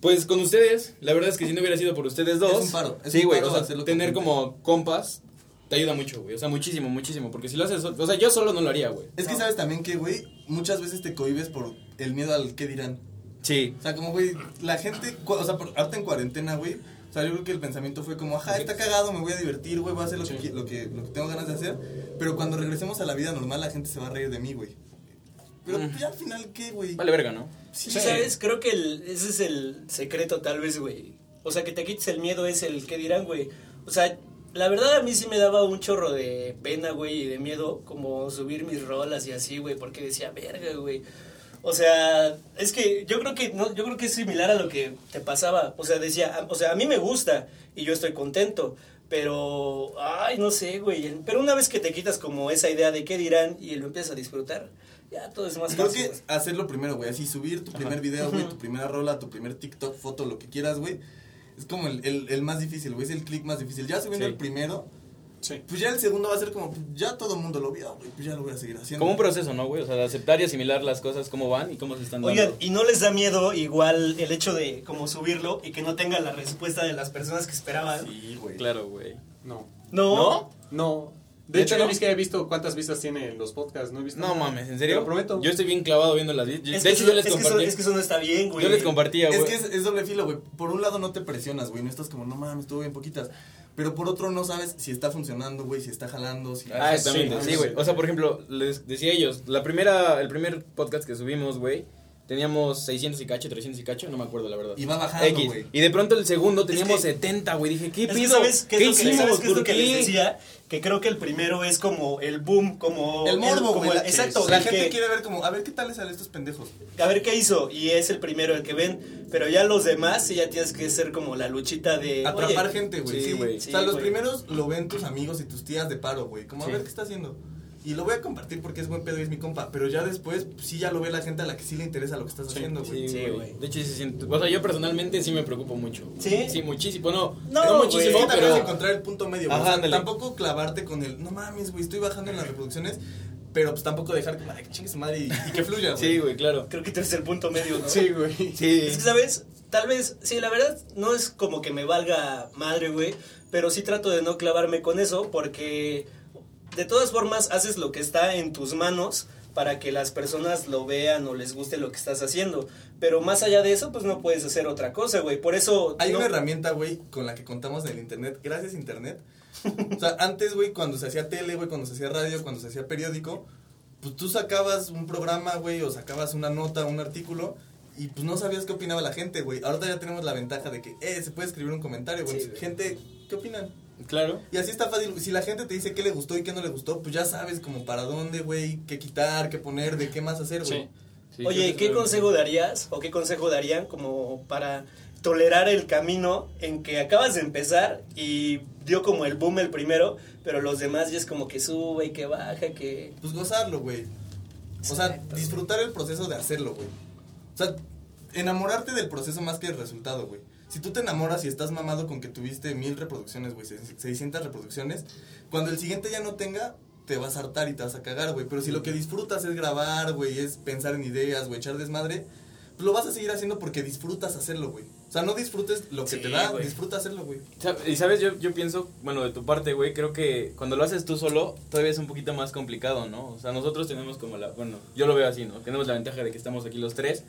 Pues con ustedes, la verdad es que si no hubiera sido por ustedes dos. Es un paro, es sí, un güey, paro o sea, hacerlo con tener gente. como compas te ayuda mucho, güey. O sea, muchísimo, muchísimo. Porque si lo haces, sol- o sea, yo solo no lo haría, güey. Es que No. sabes también que, güey, muchas veces te cohibes por el miedo al qué dirán. Sí. O sea, como, güey, la gente, cu- o sea, por, ahorita en cuarentena, güey, o sea, yo creo que el pensamiento fue como, ajá, está cagado, me voy a divertir, güey, voy a hacer lo, que, qui- lo, que, lo que tengo ganas de hacer, pero cuando regresemos a la vida normal, la gente se va a reír de mí, güey. Pero pues, ya al final, ¿qué, güey? Vale, verga, ¿no? Sí, Sí. ¿sabes? Creo que el- ese es el secreto, tal vez, güey. O sea, que te quites el miedo es el que dirán, güey. O sea, la verdad a mí sí me daba un chorro de pena, güey, y de miedo, como subir mis rolas y así, güey, porque decía, verga, güey. O sea, es que yo creo que no, yo creo que es similar a lo que te pasaba. O sea, decía, a- o sea, a mí me gusta y yo estoy contento, pero ay, no sé, güey. Pero una vez que te quitas como esa idea de qué dirán y lo empiezas a disfrutar, ya todo es más Creo fácil. que hacerlo primero, güey. Así subir tu primer video, güey, tu primera rola, tu primer TikTok, foto, lo que quieras, güey. Es como el, el, el más difícil, güey. Es el click más difícil. Ya subiendo Sí. el primero, Sí. pues ya el segundo va a ser como, pues, ya todo el mundo lo vio, güey. Pues ya lo voy a seguir haciendo. Como un proceso, ¿no, güey? O sea, de aceptar y asimilar las cosas, cómo van y cómo se están dando. Oigan, ¿y no les da miedo igual el hecho de como subirlo y que no tenga la respuesta de las personas que esperaban? Sí, güey. Claro, güey. No. ¿No? No. De ¿Neta hecho, no no? es que he visto cuántas vistas tienen los podcasts, no he visto. No nada. mames, ¿en serio? Te lo prometo. Yo estoy bien clavado viendo las videos. Es De que hecho, eso- yo les es que eso- compartí. es que eso no está bien, güey. Yo les compartía, güey. Es que es, es doble filo, güey. Por un lado no te presionas, güey. No estás como, no mames, estuvo bien poquitas. Pero por otro no sabes si está funcionando, güey, si está jalando, si... Ah, sí, exactamente, sí, sí, güey. sí. O sea, por ejemplo, les decía a ellos, la primera, el primer podcast que subimos, güey, teníamos 600 y cacho, 300 y cacho, no me acuerdo la verdad. Y va bajando, X. güey. Y de pronto el segundo teníamos Es que- 70, güey. Dije, ¿qué Es que pido? ¿sabes qué, es ¿Qué lo que- hicimos? ¿sabes qué es ¿Por lo que qué? les decía? Que creo que el primero es como el boom, como... El morbo, como güey. el- la- Exacto. La el gente que- quiere ver como, a ver qué tal les salen estos pendejos. A ver qué hizo. Y es el primero el que ven. Pero ya los demás sí ya tienes que ser como la luchita de... Atrapar oye, gente, güey. sí, Sí, güey. güey. o sea, Sí, los güey. primeros lo ven tus amigos y tus tías de paro, güey. Como Sí. a ver qué está haciendo. Y lo voy a compartir porque es buen pedo y es mi compa. Pero ya después, pues, sí, ya lo ve la gente a la que sí le interesa lo que estás haciendo, Sí, güey. Sí, güey. güey. De hecho, sí se siente- o sea, yo personalmente sí me preocupo mucho. ¿Sí? Sí, muchísimo. No, No, no Es muchísimo, que güey. también es pero... encontrar el punto medio, güey. Ajá, O sea, ándale. tampoco clavarte con el, no mames, güey, estoy bajando en las reproducciones. Pero pues tampoco dejar como, ay, que chingue su madre y, y que fluya, güey. Sí, güey, claro. Creo que tú eres el punto medio, ¿no? Sí, güey. Sí. Eh. Es que, ¿sabes? Tal vez, sí, la verdad, no es como que me valga madre, güey, pero sí trato de no clavarme con eso porque de todas formas haces lo que está en tus manos para que las personas lo vean o les guste lo que estás haciendo. Pero más allá de eso, pues no puedes hacer otra cosa, güey. Por eso... Hay no- una herramienta, güey, con la que contamos en el internet. Gracias, internet. O sea, antes, güey, cuando se hacía tele, güey, cuando se hacía radio, cuando se hacía periódico, pues tú sacabas un programa, güey, o sacabas una nota, un artículo, y pues no sabías qué opinaba la gente, güey. Ahorita ya tenemos la ventaja de que, eh, se puede escribir un comentario, güey. Sí, güey. gente, ¿qué opinan? Claro. Y así está fácil. güey. Si la gente te dice qué le gustó y qué no le gustó, pues ya sabes como para dónde, güey, qué quitar, qué poner, de qué más hacer, güey. Sí. Sí, creo Oye, que ¿qué es- consejo darías o qué consejo darían como para tolerar el camino en que acabas de empezar y dio como el boom el primero, pero los demás ya es como que sube y que baja, que... Pues gozarlo, güey. O sea, disfrutar el proceso de hacerlo, güey. O sea, enamorarte del proceso más que del resultado, güey. Si tú te enamoras y estás mamado con que tuviste mil reproducciones, güey, 600 reproducciones, cuando el siguiente ya no tenga, te vas a hartar y te vas a cagar, güey. Pero si lo que disfrutas es grabar, güey, es pensar en ideas, güey, echar desmadre, pues lo vas a seguir haciendo porque disfrutas hacerlo, güey. O sea, no disfrutes lo que Sí, te da, güey. disfruta hacerlo, güey. Sab- Y sabes, yo, yo pienso, bueno, de tu parte, güey, creo que cuando lo haces tú solo, todavía es un poquito más complicado, ¿no? O sea, nosotros tenemos como la, bueno, yo lo veo así, ¿no? Tenemos la ventaja de que estamos aquí los tres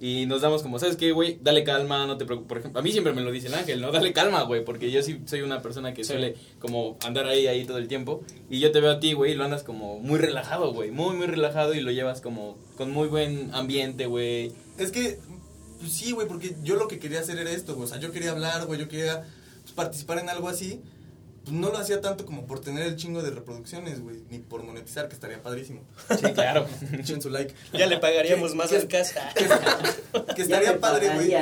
y nos damos como, ¿sabes qué, güey? Dale calma, no te preocupes. Por ejemplo, a mí siempre me lo dice el ángel, ¿no? Dale calma, güey, porque yo sí soy una persona que Sí. suele como andar ahí, ahí todo el tiempo. Y yo te veo a ti, güey, y lo andas como muy relajado, güey, muy, muy relajado y lo llevas como con muy buen ambiente, güey. Es que, pues sí, güey, porque yo lo que quería hacer era esto, güey. O sea, yo quería hablar, güey, yo quería pues, participar en algo así. Pues no lo hacía tanto como por tener el chingo de reproducciones, güey, ni por monetizar, que estaría padrísimo. Sí, claro. Echen su like. Ya le pagaríamos ¿Qué- más qué- al casa. Que estaría padre, güey.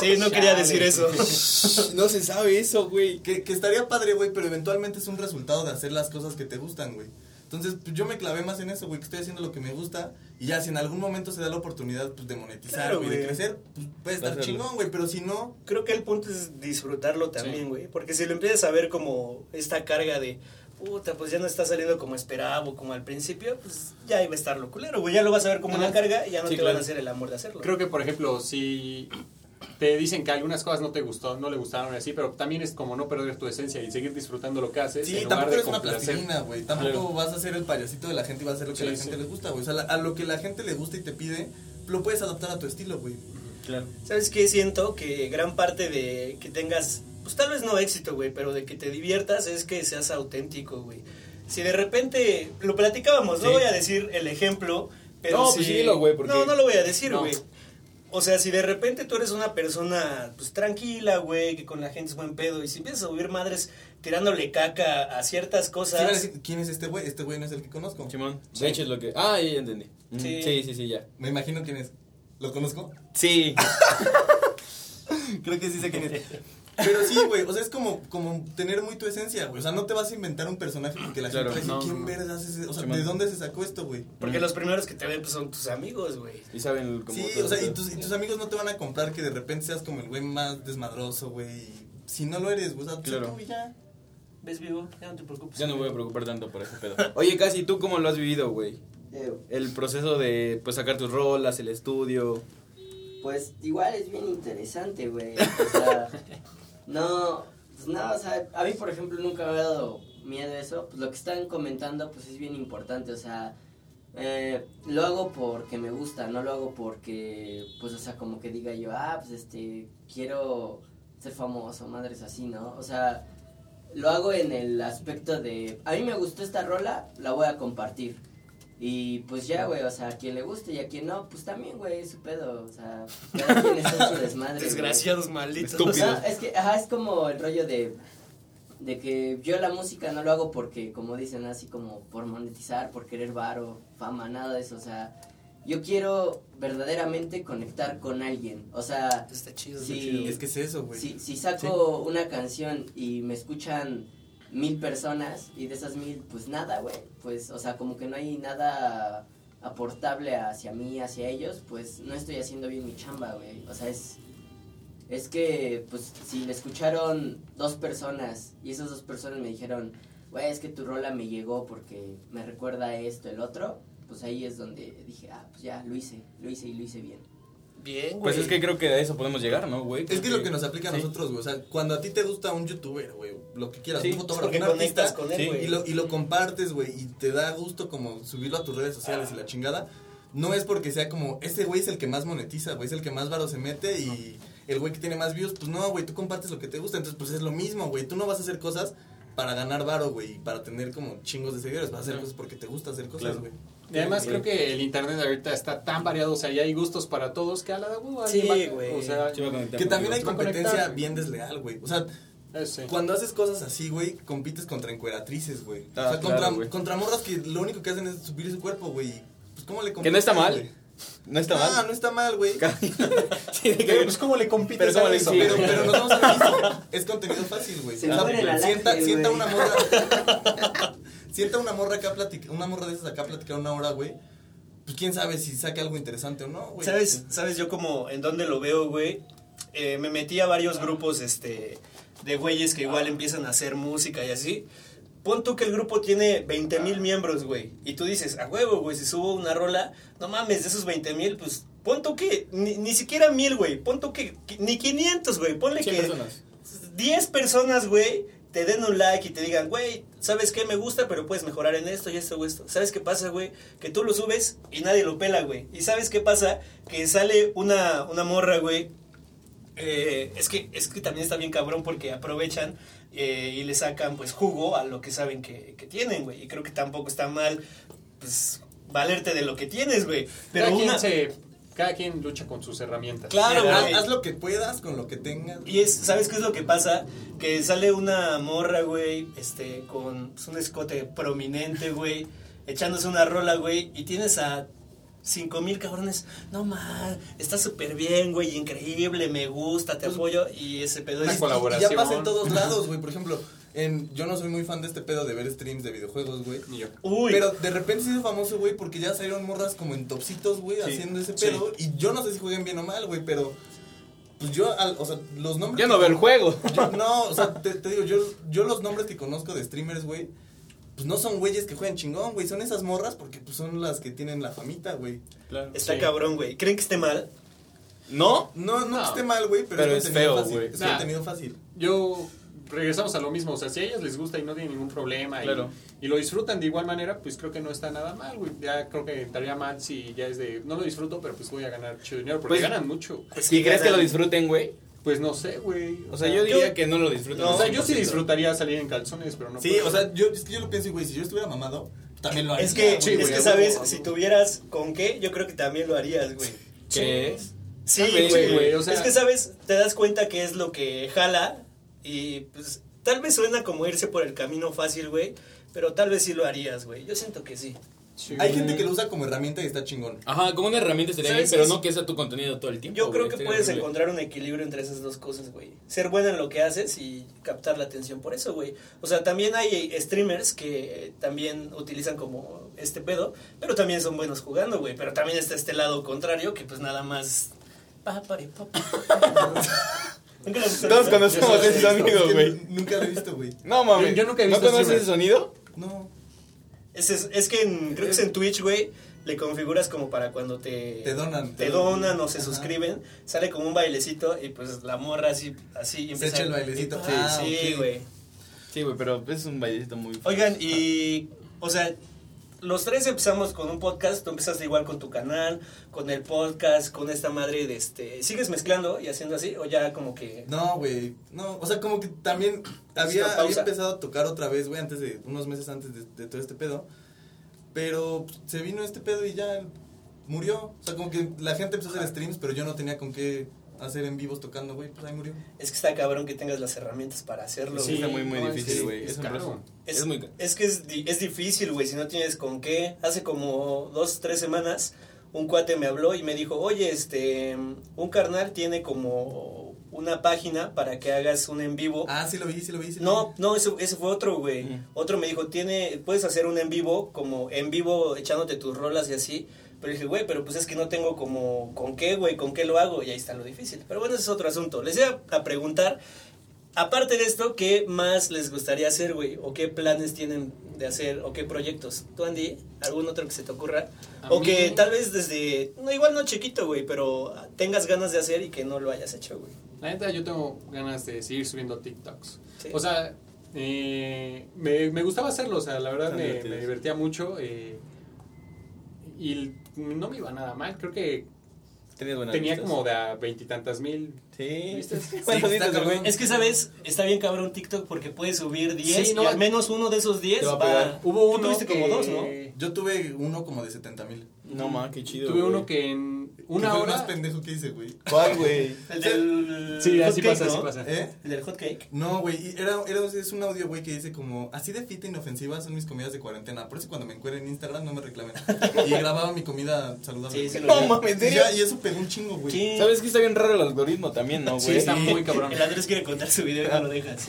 Sí, no quería decir eso. no se sabe eso, güey. Que, que estaría padre, güey, pero eventualmente es un resultado de hacer las cosas que te gustan, güey. Entonces, pues, yo me clavé más en eso, güey, que estoy haciendo lo que me gusta. Y ya, si en algún momento se da la oportunidad pues, de monetizar, Claro, güey, de güey. crecer, pues puede estar Hacerlo. chingón, güey. Pero si no, Creo que el punto es disfrutarlo también, güey. Porque si lo empiezas a ver como esta carga de, puta, pues ya no está saliendo como esperaba o como al principio, pues ya iba a estar lo culero, güey. Ya lo vas a ver como una Ajá. carga y ya no Sí, te van claro. a hacer el amor de hacerlo. Creo que, por ejemplo, si te dicen que algunas cosas no te gustó, no le gustaron y así, pero también es como no perder tu esencia y seguir disfrutando lo que haces Sí, en lugar tampoco de eres una complacer. plastilina, güey. Tampoco Claro. vas a ser el payasito de la gente y vas a hacer lo que Sí, a la sí. gente les gusta, güey. O sea, la- a lo que la gente le gusta y te pide, lo puedes adaptar a tu estilo, güey. Claro. ¿Sabes qué? Siento que gran parte de que tengas, pues tal vez no éxito, güey, pero de que te diviertas es que seas auténtico, güey. Si de repente, lo platicábamos, no Sí. voy a decir el ejemplo, pero No, si... pues dilo, güey, porque- No, no lo voy a decir, No. güey. O sea, si de repente tú eres una persona, pues, tranquila, güey, que con la gente es buen pedo, y si empiezas a subir madres tirándole caca a ciertas Sí, van a cosas... decir, ¿Quién es este güey? Este güey no es el que conozco. Simón, Sí. de hecho es lo que. Ah, ya ya entendí. Mm, Sí. Sí, sí, sí, ya. Me imagino quién es. ¿Lo conozco? Sí. Creo que sí sé quién es. Pero sí, güey, o sea, es como, como tener muy tu esencia, güey. O sea, no te vas a inventar un personaje porque la Claro, gente va a decir, no, ¿quién no. vergas es ese? O sea, Simón. ¿de dónde se sacó esto, güey? Porque Mm. los primeros que te ven, pues, son tus amigos, güey. Y saben cómo. Sí, o sea, y tus, y tus amigos no te van a comprar que de repente seas como el güey más desmadroso, güey. Si no lo eres, güey, o sea, sé Claro. tú y ya. ¿Ves vivo? Ya no te preocupes. Yo no me voy a preocupar tanto por ese pedo. Oye, Casi, ¿tú cómo lo has vivido, güey? Eh, El proceso de pues sacar tus rolas, el estudio. Pues igual es bien interesante, güey. O sea, no, pues no, o sea, a mí por ejemplo nunca me ha dado miedo eso. Pues lo que están comentando pues es bien importante, o sea, eh, lo hago porque me gusta, no lo hago porque, pues o sea, como que diga yo, ah, pues este, quiero ser famoso, madres así, ¿no? O sea, lo hago en el aspecto de, a mí me gustó esta rola, la voy a compartir. Y pues ya, güey, o sea, a quien le guste y a quien no, pues también, güey, es su pedo, o sea, cada quien está en su desmadre. güey. Desgraciados malditos. O sea, es que, ajá, es como el rollo de, de que yo la música no lo hago porque, como dicen, así como por monetizar, por querer varo, fama, nada de eso, o sea, yo quiero verdaderamente conectar con alguien, o sea, Está chido. Sí. está chido. Es que es eso, güey. si, si saco una canción y me escuchan mil personas y de esas mil, pues nada, güey. Pues, o sea, como que no hay nada aportable hacia mí, hacia ellos, pues no estoy haciendo bien mi chamba, güey. O sea, es, es que, pues, si le escucharon dos personas y esas dos personas me dijeron, güey, es que tu rola me llegó porque me recuerda a esto, el otro, pues ahí es donde dije, ah, pues ya, lo hice, lo hice y lo hice bien. Bien, güey. Pues es que creo que a eso podemos llegar, ¿no, güey? Es que es lo que nos aplica a Sí. nosotros, güey. O sea, cuando a ti te gusta un youtuber, güey, lo que quieras, Sí, un Es fotógrafo, porque un conectas artista, con él, sí, güey. y lo, y lo compartes, güey, y te da gusto como subirlo a tus redes sociales y la chingada, no es porque sea como, este güey es el que más monetiza, güey, es el que más varo se mete y el güey que tiene más views, pues no, güey, tú compartes lo que te gusta, entonces pues es lo mismo, güey, tú no vas a hacer cosas para ganar varo, güey, y para tener como chingos de seguidores, vas a hacer Claro. cosas porque te gusta hacer cosas, Claro. güey. Y además Sí. creo que el internet ahorita está tan variado, o sea, ya hay gustos para todos que a la de huevo Sí, alguien va- güey. O sea, Sí, va a conectar Que contigo. también hay va a competencia conectar. bien desleal, güey, o sea, eso eh, sí. Cuando haces cosas así, güey, compites contra encueratrices, güey. Ah, o sea, claro, contra, güey. contra morras que lo único que hacen es subir su cuerpo, güey. Pues, ¿cómo le Que no está compites, mal. güey? No está Ah, mal. no está mal, Tiene güey. que Pero, haber- pues, ¿cómo le compites Pero, ¿cómo a le eso? compites? Pero, pero nos vamos a la Es contenido fácil, güey. Se pone el alaje, sienta, güey. sienta una morra. sienta una morra acá platica, una morra de esas acá platicar una hora, güey. Pues quién sabe si saque algo interesante o no, güey. ¿Sabes, ¿Sabes yo como en dónde lo veo, güey? Eh, me metí a varios grupos este, de güeyes que igual empiezan a hacer música y así. Pon tú que el grupo tiene 20 mil miembros, güey. Y tú dices, a huevo, güey, si subo una rola, no mames, de esos 20 mil, pues pon tú que ni, ni siquiera mil, güey. Pon tú que, que ni 500, güey. Ponle que 100 personas. 10 personas, güey, te den un like y te digan, güey, ¿sabes qué? Me gusta, pero puedes mejorar en esto y esto o esto. ¿Sabes qué pasa, güey? Que tú lo subes y nadie lo pela, güey. ¿Y sabes qué pasa? Que sale una, una morra, güey. eh, es, que, es que también está bien cabrón porque aprovechan eh, y le sacan, pues, jugo a lo que saben que, que tienen, güey. Y creo que tampoco está mal, pues, valerte de lo que tienes, güey. Pero cada, una... quien se- cada quien lucha con sus herramientas. Claro, Haz- güey. Haz lo que puedas con lo que tengas. Y es, ¿sabes qué es lo que pasa? Que sale una morra, güey, este, con pues, un escote prominente, güey, echándose una rola, güey, y tienes a cinco mil cabrones, no más, está súper bien, güey, increíble, me gusta, te apoyo, y ese pedo Una es... colab- Y colaboración. ya pasa en todos lados, güey. Por ejemplo, en, yo no soy muy fan de este pedo de ver streams de videojuegos, güey. Ni yo. Uy, Pero de repente se hizo famoso, güey, porque ya salieron morras como en topsitos, güey, Sí, haciendo ese sí. pedo. Y yo no sé si jueguen bien o mal, güey, pero. Pues yo, al- o sea, los nombres. Yo no veo el juego. Yo- no, o sea, te, te digo, yo, yo los nombres que conozco de streamers, güey, pues no son güeyes que juegan chingón, güey. Son esas morras porque pues, son las que tienen la famita, güey. está Sí. cabrón, güey, ¿creen que esté mal? ¿No? No, no, No. que esté mal, güey, pero, Pero es contenido feo, fácil, güey. Es Nah. contenido fácil. Yo regresamos a lo mismo, o sea, si a ellas les gusta y no tienen ningún problema y- Claro. y, lo disfrutan de igual manera, pues creo que no está nada mal, güey. Ya creo que estaría mal si ya es de, no lo disfruto, pero pues voy a ganar chido dinero, porque Pues- ganan mucho. ¿Y crees que lo disfruten, güey? Pues no sé, güey. O sea, yo diría Yo- que no lo disfrutan. o sea, yo sí 100%. disfrutaría salir en calzones, pero no. sí, puedo. o sea, yo, es que yo lo pienso, y, güey, si yo estuviera mamado, también lo haría. Es que, Sí, güey. es güey, que a ¿sabes? huevo, a Si huevo. tuvieras con qué, yo creo que también lo harías, güey. ¿Qué es? Sí, Tal vez, güey. güey, o sea- es que, ¿sabes? Te das cuenta que es lo que jala y pues tal vez suena como irse por el camino fácil, güey, pero tal vez sí lo harías, güey. Yo siento que sí. Sí. Hay gente que lo usa como herramienta y está chingón. Ajá, como una herramienta sería bien, ¿Sabes? pero Es- no que sea tu contenido todo el tiempo. Yo creo güey, que estaría puedes horrible. encontrar un equilibrio entre esas dos cosas, güey. Ser buena en lo que haces y captar la atención por eso, güey. O sea, también hay streamers que también utilizan como este pedo, pero también son buenos jugando, güey. Pero también está este lado contrario que pues nada más... Pa, pare, pa, pa. Nunca lo has visto, Todos ¿verdad? conocemos Yo ese sé. sonido, Pues Es que güey. Nunca lo he visto, güey. No mames. Yo- yo nunca he visto ¿No conoces streamer. ese sonido? No. Es, es, es que en, creo que es en Twitch, güey, le configuras como para cuando te... Te donan. Te donan o se Ajá. suscriben, sale como un bailecito y pues la morra así, así. y Se echa el bailecito. Sí, Ah, sí, ok. güey. Sí, güey, pero es un bailecito muy... Oigan, y, o sea, los tres empezamos con un podcast, tú empezaste igual con tu canal, con el podcast, con esta madre de este... ¿Sigues mezclando y haciendo así o ya como que... No, güey. No, o sea, como que también había, una pausa. había empezado a tocar otra vez, güey, antes de, unos meses antes de, de todo este pedo. Pero pues, se vino este pedo y ya murió. O sea, como que la gente empezó a hacer streams, pero yo no tenía con qué hacer en vivos tocando, güey. Pues ahí murió. Es que está cabrón que tengas las herramientas para hacerlo. Sí, güey. está muy, muy no, es difícil, que güey. es Es, un caro. proceso. Es, Es, muy caro. es que es, di- es difícil, güey, si no tienes con qué. Hace como dos, tres semanas, un cuate me habló y me dijo, oye, este, un carnal tiene como una página para que hagas un en vivo. Ah, sí lo vi, sí lo vi. Sí lo Oh. No, no, ese, ese fue otro, güey. Mm. Otro me dijo, tiene, puedes hacer un en vivo, como en vivo echándote tus rolas y así. Pero dije, güey, pero pues es que no tengo como, ¿con qué, güey? ¿Con qué lo hago? Y ahí está lo difícil. Pero bueno, ese es otro asunto. Les iba a preguntar, aparte de esto, ¿qué más les gustaría hacer, güey? ¿O qué planes tienen de hacer? ¿O qué proyectos? ¿Tú, Andy? ¿Algún otro que se te ocurra? A o mí- que tal vez desde, no, igual no chiquito, güey, pero tengas ganas de hacer y que no lo hayas hecho, güey. La neta, yo tengo ganas de seguir subiendo TikToks. Sí. O sea, eh, me, me gustaba hacerlo, o sea, la verdad Están me, divertidos. me divertía mucho. eh, y l- no me iba nada mal, creo que Tenías buena tenía vista. como de a veintitantas mil. Sí. ¿Viste? Bueno, Sí, está vistas, güey. cabrón. Es que, ¿sabes? Está bien cabrón TikTok porque puedes subir 10 Sí, no, y al menos uno de esos 10 te va a va- pegar. Hubo Tú uno tuviste como que- dos, ¿no? vi. Yo tuve uno como de 70 mil. No, ma, qué chido, Tuve güey. uno que en, ¿Qué Una fue el hora. más pendejo que hice, güey? ¿Cuál, güey? El del. Sí, así hotcake, pasa, así ¿no? pasa. ¿Eh? El del hot cake. No, güey, y era, era- es un audio, güey, que dice como, así de fita inofensiva son mis comidas de cuarentena, por eso cuando me encuentren en Instagram no me reclamen. Y grababa mi comida saludable. Sí, sí lo No vi. mames, ¿en Y serio? ya- y eso pegó un chingo, güey. ¿Qué? ¿Sabes que está bien raro el algoritmo también, no, Sí, güey? está muy cabrón. El Andrés quiere contar su video y no lo dejas.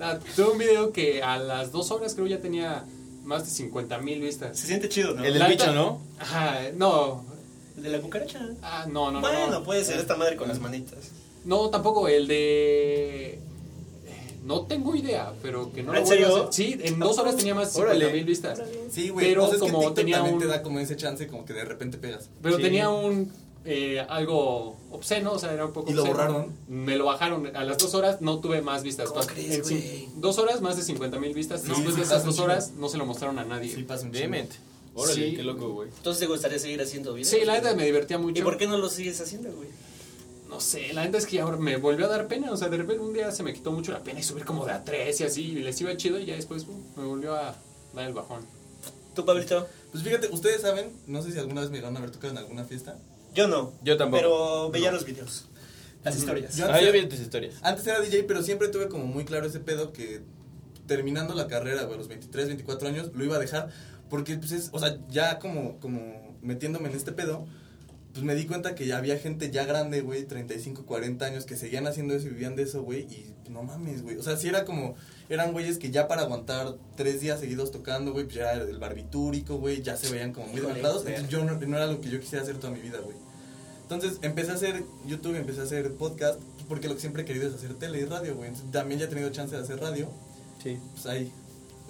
Ah, Tuve un video que a las dos horas creo ya tenía más de 50 mil vistas. Se siente chido, ¿no? El del La bicho, neta- ¿no? Ajá, no. El de la cucaracha. Ah, no, no, no, bueno, no. puede ser esta madre con las manitas. No, tampoco, el de... eh, No tengo idea, pero que no ¿En lo vuelva a serio? hacer. Sí, en dos horas tenía más de Órale. 50 mil vistas. Sí, güey, Pero pero es como que TikTok tenía también un- te da como ese chance, como que de repente pegas. Pero Sí. tenía un... eh, algo obsceno, o sea, era un poco ¿Y lo obsceno. borraron? Me lo bajaron. A las dos horas no tuve más vistas. ¿Cómo Pas- crees, en cin- güey? Dos horas, más de 50 mil vistas. Sí, Después sí de pasa esas un dos chingo. horas, no se lo mostraron a nadie. Sí, pasa un chingo. Demet. Órale, Sí. qué loco, güey. Entonces te gustaría seguir haciendo videos. Sí, la neta me divertía mucho. ¿Y por qué no lo sigues haciendo, güey? No sé, la neta es que ahora me volvió a dar pena. O sea, de repente un día se me quitó mucho la pena y subir como de a tres y así. Y les iba chido y ya después pum, me volvió a dar el bajón. ¿Tú, Pablito? Pues fíjate, ustedes saben, no sé si alguna vez me llegaron a ver tocado en alguna fiesta. Yo no. Yo tampoco. Pero veía los videos. Las historias. Yo Ah, antes- yo vi tus historias. Antes era DJ, pero siempre tuve como muy claro ese pedo que terminando la carrera, güey, a los 23, 24 años, lo iba a dejar. Porque, pues, es, o sea, ya como, como metiéndome en este pedo, pues me di cuenta que ya había gente ya grande, güey, 35, 40 años, que seguían haciendo eso y vivían de eso, güey, y no mames, güey. O sea, sí era como, eran güeyes que ya para aguantar tres días seguidos tocando, güey, pues ya era el barbitúrico, güey, ya se veían como muy Híjole, levantados. ver. Entonces, yo no, no era lo que yo quisiera hacer toda mi vida, güey. Entonces empecé a hacer YouTube, empecé a hacer podcast, porque lo que siempre he querido es hacer tele y radio, güey. Entonces, también ya he tenido chance de hacer radio, Sí. pues ahí.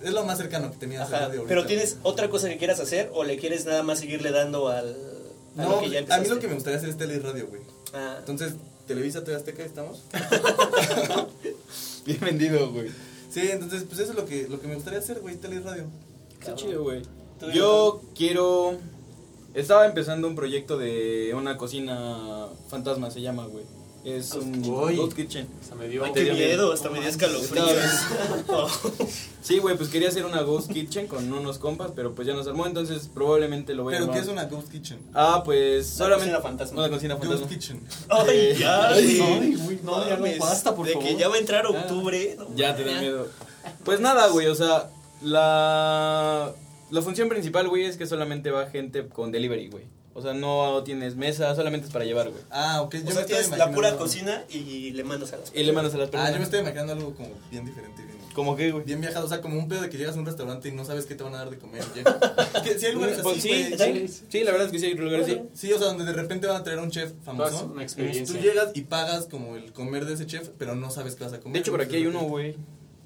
Es lo más cercano que tenía a hacer Ajá. radio ahorita. Pero tienes otra cosa que quieras hacer o le quieres nada más seguirle dando al. a No, lo que ya a mí empezaste? lo que me gustaría hacer es tele y radio, güey. Ah, Entonces, Televisa, TV Azteca, ¿estamos? Bien vendido, güey. Sí, entonces, pues eso es lo que, lo que me gustaría hacer, güey, tele y radio. Qué chido, güey. Tú, Yo quiero. Estaba empezando un proyecto de una cocina fantasma, se llama, güey. Es un Uy. Ghost Kitchen. O sea, me dio. Ay, qué Te dio miedo, miedo. hasta me dio Estaba- escalofríos. Sí, güey, pues quería hacer una Ghost Kitchen con unos compas, pero pues ya nos armó, entonces probablemente lo voy a Pero ¿qué armar. es una Ghost Kitchen? Ah, pues Una solamente. cocina fantasma. Una cocina Ghost fantasma. Kitchen. Ay, Eh, ya, ay, güey. no, güey, no, ya no, Mames, basta, por De favor. que ya va a entrar Ya. octubre. no Ya te da mames. miedo. Pues nada, güey, o sea, la, la función principal, güey, es que solamente va gente con delivery, güey. O sea, no tienes mesa, solamente es para llevar, güey. Ah, ok, yo O me sea, estaba tienes la imaginando- pura cocina y le mandas a las Y le mandas a las Ah, personas. yo me estoy imaginando algo como bien diferente, bien ¿Cómo qué, güey? Bien viajado, o sea, como un pedo de que llegas a un restaurante y no sabes qué te van a dar de comer. ya. Que si hay lugares Pues así, sí, güey. sí, sí, la verdad es que sí hay lugares así. Sí, o sea, donde de repente van a traer a un chef Todas famoso. una Entonces, Tú experiencia. llegas y pagas como el comer de ese chef, pero no sabes qué vas a comer. De hecho, por aquí hay Entonces, uno, güey.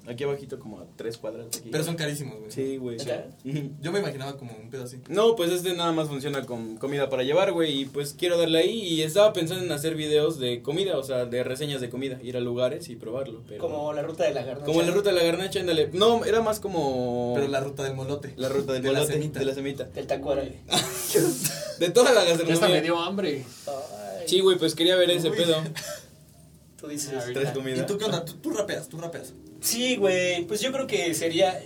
Aquí abajito, como a tres cuadras. de aquí. Pero son carísimos, güey. Sí, güey. ¿Neta? Ujú. Yo me imaginaba como un pedo así. No, pues este nada más funciona con comida para llevar, güey. Y pues quiero darle ahí. Y estaba pensando en hacer videos de comida, o sea, de reseñas de comida. Ir a lugares y probarlo. Pero... Como la ruta de la garnacha. Como la ruta de la garnacha, ándale. No, era más como. Pero la ruta del molote. la ruta del de molote, la semita. De la semita. Del tacuaral. De toda la Ya hasta me gastronomía. dio hambre. Ay, Sí, güey, pues quería ver ese Uy. pedo. Tú dices. A ver. Tres ¿Y comidas. tú qué onda? Tú, tú rapeas, tú rapeas. Sí, güey. Pues yo creo que sería.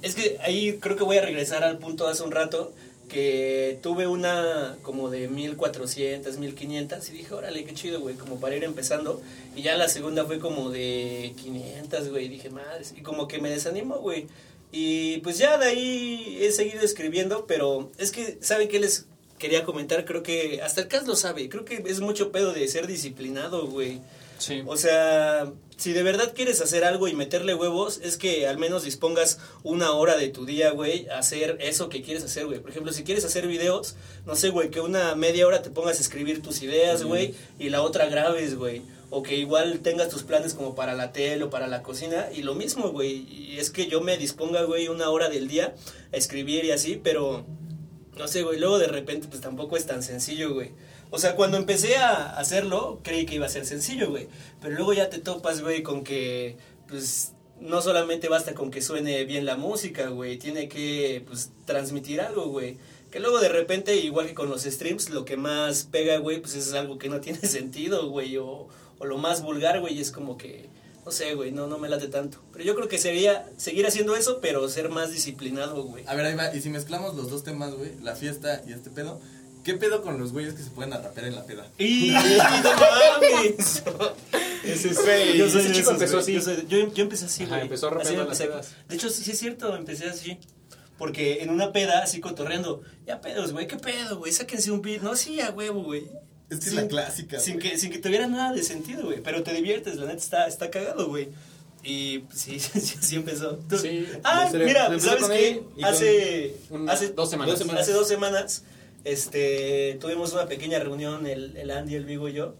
Es que ahí creo que voy a regresar al punto hace un rato. Que tuve una como de 1400, 1500. Y dije, órale, qué chido, güey. Como para ir empezando. Y ya la segunda fue como de 500, güey. y Dije, madres. Y como que me desanimo, güey. Y pues ya de ahí he seguido escribiendo. Pero es que, ¿saben qué les quería comentar? Creo que hasta el caso lo sabe. Creo que es mucho pedo de ser disciplinado, güey. Sí. O sea, si de verdad quieres hacer algo y meterle huevos, es que al menos dispongas una hora de tu día, güey, a hacer eso que quieres hacer, güey. Por ejemplo, si quieres hacer videos, no sé, güey, que una media hora te pongas a escribir tus ideas, güey, y la otra grabes, güey. O que igual tengas tus planes como para la tele o para la cocina. Y lo mismo, güey. Y es que yo me disponga, güey, una hora del día a escribir y así, pero no sé, güey, luego de repente pues tampoco es tan sencillo, güey. O sea, cuando empecé a hacerlo, creí que iba a ser sencillo, güey. Pero luego ya te topas, güey, con que, pues, no solamente basta con que suene bien la música, güey. Tiene que, pues, transmitir algo, güey. Que luego de repente, igual que con los streams, lo que más pega, güey, pues es algo que no tiene sentido, güey. O, o lo más vulgar, güey, es como que, no sé, güey, no, no me late tanto. Pero yo creo que sería seguir haciendo eso, pero ser más disciplinado, güey. A ver, ahí va. Y si mezclamos los dos temas, güey, la fiesta y este pedo, ¿Qué pedo con los güeyes que se pueden arrapear en la peda? ¡Y no mames! Ese es, Güey, yo soy ese de chico esos, empezó güey. así. Yo, soy- yo- yo empecé así, Ajá, güey. empezó Así rapeando empecé. las pedas. De hecho, sí sí es cierto, empecé así. Porque en una peda, así cotorreando. Ya pedos, güey, qué pedo, güey. Sáquense un beat. No, sí, a huevo, güey. Es que Sin- es la clásica. Sin güey. que, sin que tuviera nada de sentido, güey. Pero te diviertes, la neta está, está cagado, güey. Y pues, sí, sí, sí empezó. Tú- Sí, ah, empecé- mira, empecé ¿sabes con qué? él y con- Hace, Un- Eh, hace dos semanas. dos semanas. Hace dos semanas este, tuvimos una pequeña reunión, el, el Andy, el Vigo y yo.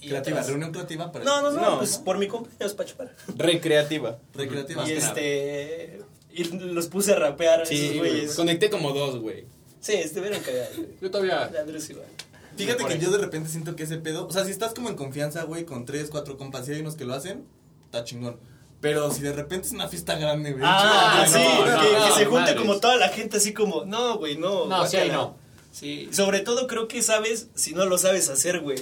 Y Creativa, atrás- reunión creativa para. No, no, no, No, pues ¿no? por mi cumpleaños, Pacho, para. Recreativa. Recreativa. Y que nada. este. Y los puse a rapear a esos Sí, güey. güeyes. Conecté como dos, güey. Sí, estuvieron cagados. güey. Yo todavía. De Andrés Silva. Fíjate Por que ahí. yo de repente siento que ese pedo. O sea, si estás como en confianza, güey, con tres, cuatro compas y hay unos que lo hacen, está chingón. Pero si de repente es una fiesta grande, güey. Ah, No, sí, no, que, no, que se junte no, madres. como toda la gente así como, no, güey, no. No, sí, guácala". ahí no. Sí, sobre todo creo que sabes si no lo sabes hacer, güey.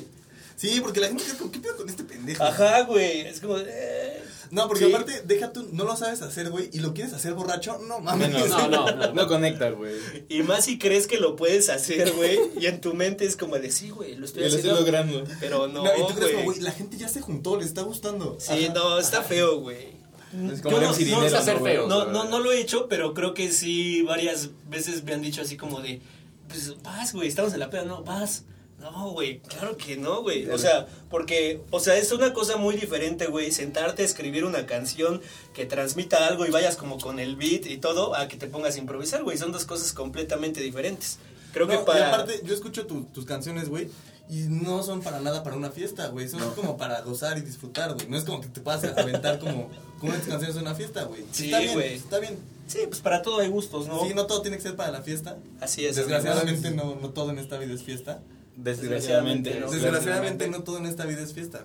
Sí, porque la gente es como, ¿qué pedo con este pendejo? Ajá, güey, es como, eh. No, porque Sí. aparte, deja tú, no lo sabes hacer, güey, y lo quieres hacer borracho, no mames. No, No, no, no. Ah, No conecta, güey. Y más si crees que lo puedes hacer, güey, y en tu mente es como de, sí, güey, lo Yo estoy lo estoy haciendo, logrando. pero no, No, y tú crees como, güey, güey. la gente ya se juntó, le está gustando. Sí, Ajá. no, está feo, güey. Es como Yo el MC no- no dinero, sé hacer güey? feo. No, no, no lo he hecho, pero creo que sí varias veces me han dicho así como de, pues vas, güey, estamos en la peda, no, vas. No, güey, claro que no, güey. O sea, porque, o sea, es una cosa muy diferente, güey, sentarte a escribir una canción que transmita algo y vayas como con el beat y todo, a que te pongas a improvisar, güey. Son dos cosas completamente diferentes. Creo No, que para... Y aparte, yo escucho tu- tus canciones, güey, y no son para nada para una fiesta, güey. Son como para gozar y disfrutar, güey. No es como que te puedas aventar como, como tus canciones en una fiesta, güey. Sí, está bien, güey. Está bien. Sí, pues para todo hay gustos, ¿no? Sí, no todo tiene que ser para la fiesta. Así es. Desgraciadamente, no, no todo en esta vida es fiesta. Desgraciadamente. No, Desgraciadamente, no todo en esta vida es fiesta.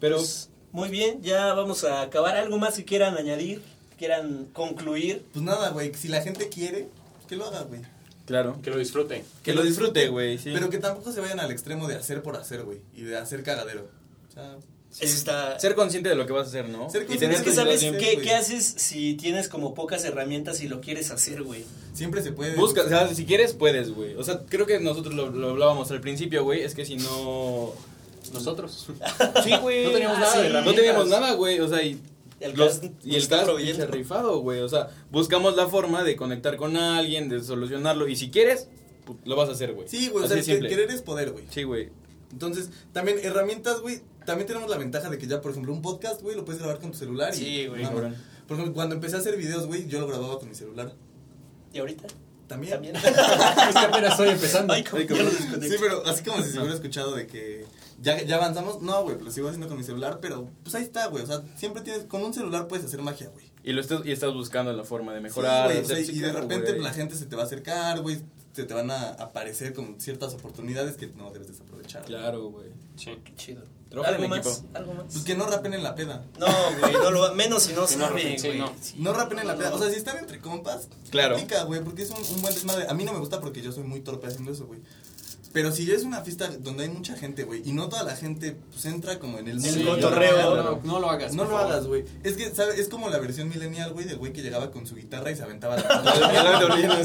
Pero Pues, muy bien, ya vamos a acabar. ¿Algo más que quieran añadir? ¿Quieran concluir? Pues nada, güey, si la gente quiere, pues que lo haga, güey. Claro. Que lo disfruten. Que lo disfrute, güey. Sí. Pero que tampoco se vayan al extremo de hacer por hacer, güey, y de hacer cagadero. O sea, Eso está... ser consciente de lo que vas a hacer, ¿no? Ser y consciente. tener Es que tus sabes ideas bien- qué, güey. qué haces si tienes como pocas herramientas y lo quieres hacer, güey. siempre se puede. Busca, o sea, si quieres, puedes, güey. O sea, creo que nosotros lo, lo hablábamos al principio, güey. Es que si no. Nosotros. Sí, güey. No teníamos nada de herramientas. No teníamos nada, güey. O sea, y. El los- gas- y el está gas proveyendo. pinche rifado, güey. O sea, buscamos la forma de conectar con alguien, de solucionarlo. Y si quieres, pu- lo vas a hacer, güey. Sí, güey, o Así sea, de que simple. querer es poder, güey. Sí, güey. Entonces, también herramientas, güey. También tenemos la ventaja de que ya, por ejemplo, un podcast, güey, lo puedes grabar con tu celular. y- Sí, güey, Ah, cabrón. Por ejemplo, cuando empecé a hacer videos, güey, yo lo grababa con mi celular. ¿Y ahorita? También. También. es que apenas estoy empezando. Ay, cómo Ay, ya lo cabrón. desconecté. Sí, pero así como si se hubiera escuchado de que ya, ya avanzamos. No, güey, lo sigo haciendo con mi celular, pero pues ahí está, güey. O sea, siempre tienes, con un celular puedes hacer magia, güey. Y, lo estás, y estás buscando la forma de Sí, mejorar. güey, de o sea, hacer- y de claro, repente güey. la gente se te va a acercar, güey. Se te van a aparecer con ciertas oportunidades que no debes desaprovechar. güey. Claro, güey. Sí. Qué chido. Trabaja ¿Algo en más? equipo. ¿Algo más? Pues que no rapen en la peda. No, güey, no lo va- menos si no Que no sabe, rapen, sí, güey. no. Sí. No rapen en la No, peda. no. O sea, si están entre compas, Claro. aplica, güey, porque es un, un buen desmadre. A mí no me gusta porque yo soy muy torpe haciendo eso, güey. Pero si es una fiesta donde hay mucha gente, güey, y no toda la gente pues entra como en el Sí, mundo. cotorreo. No, no, no lo hagas. No por lo favor. hagas, güey. Es que, ¿sabes? Es como la versión millennial, güey, del güey que llegaba con su guitarra y se aventaba la.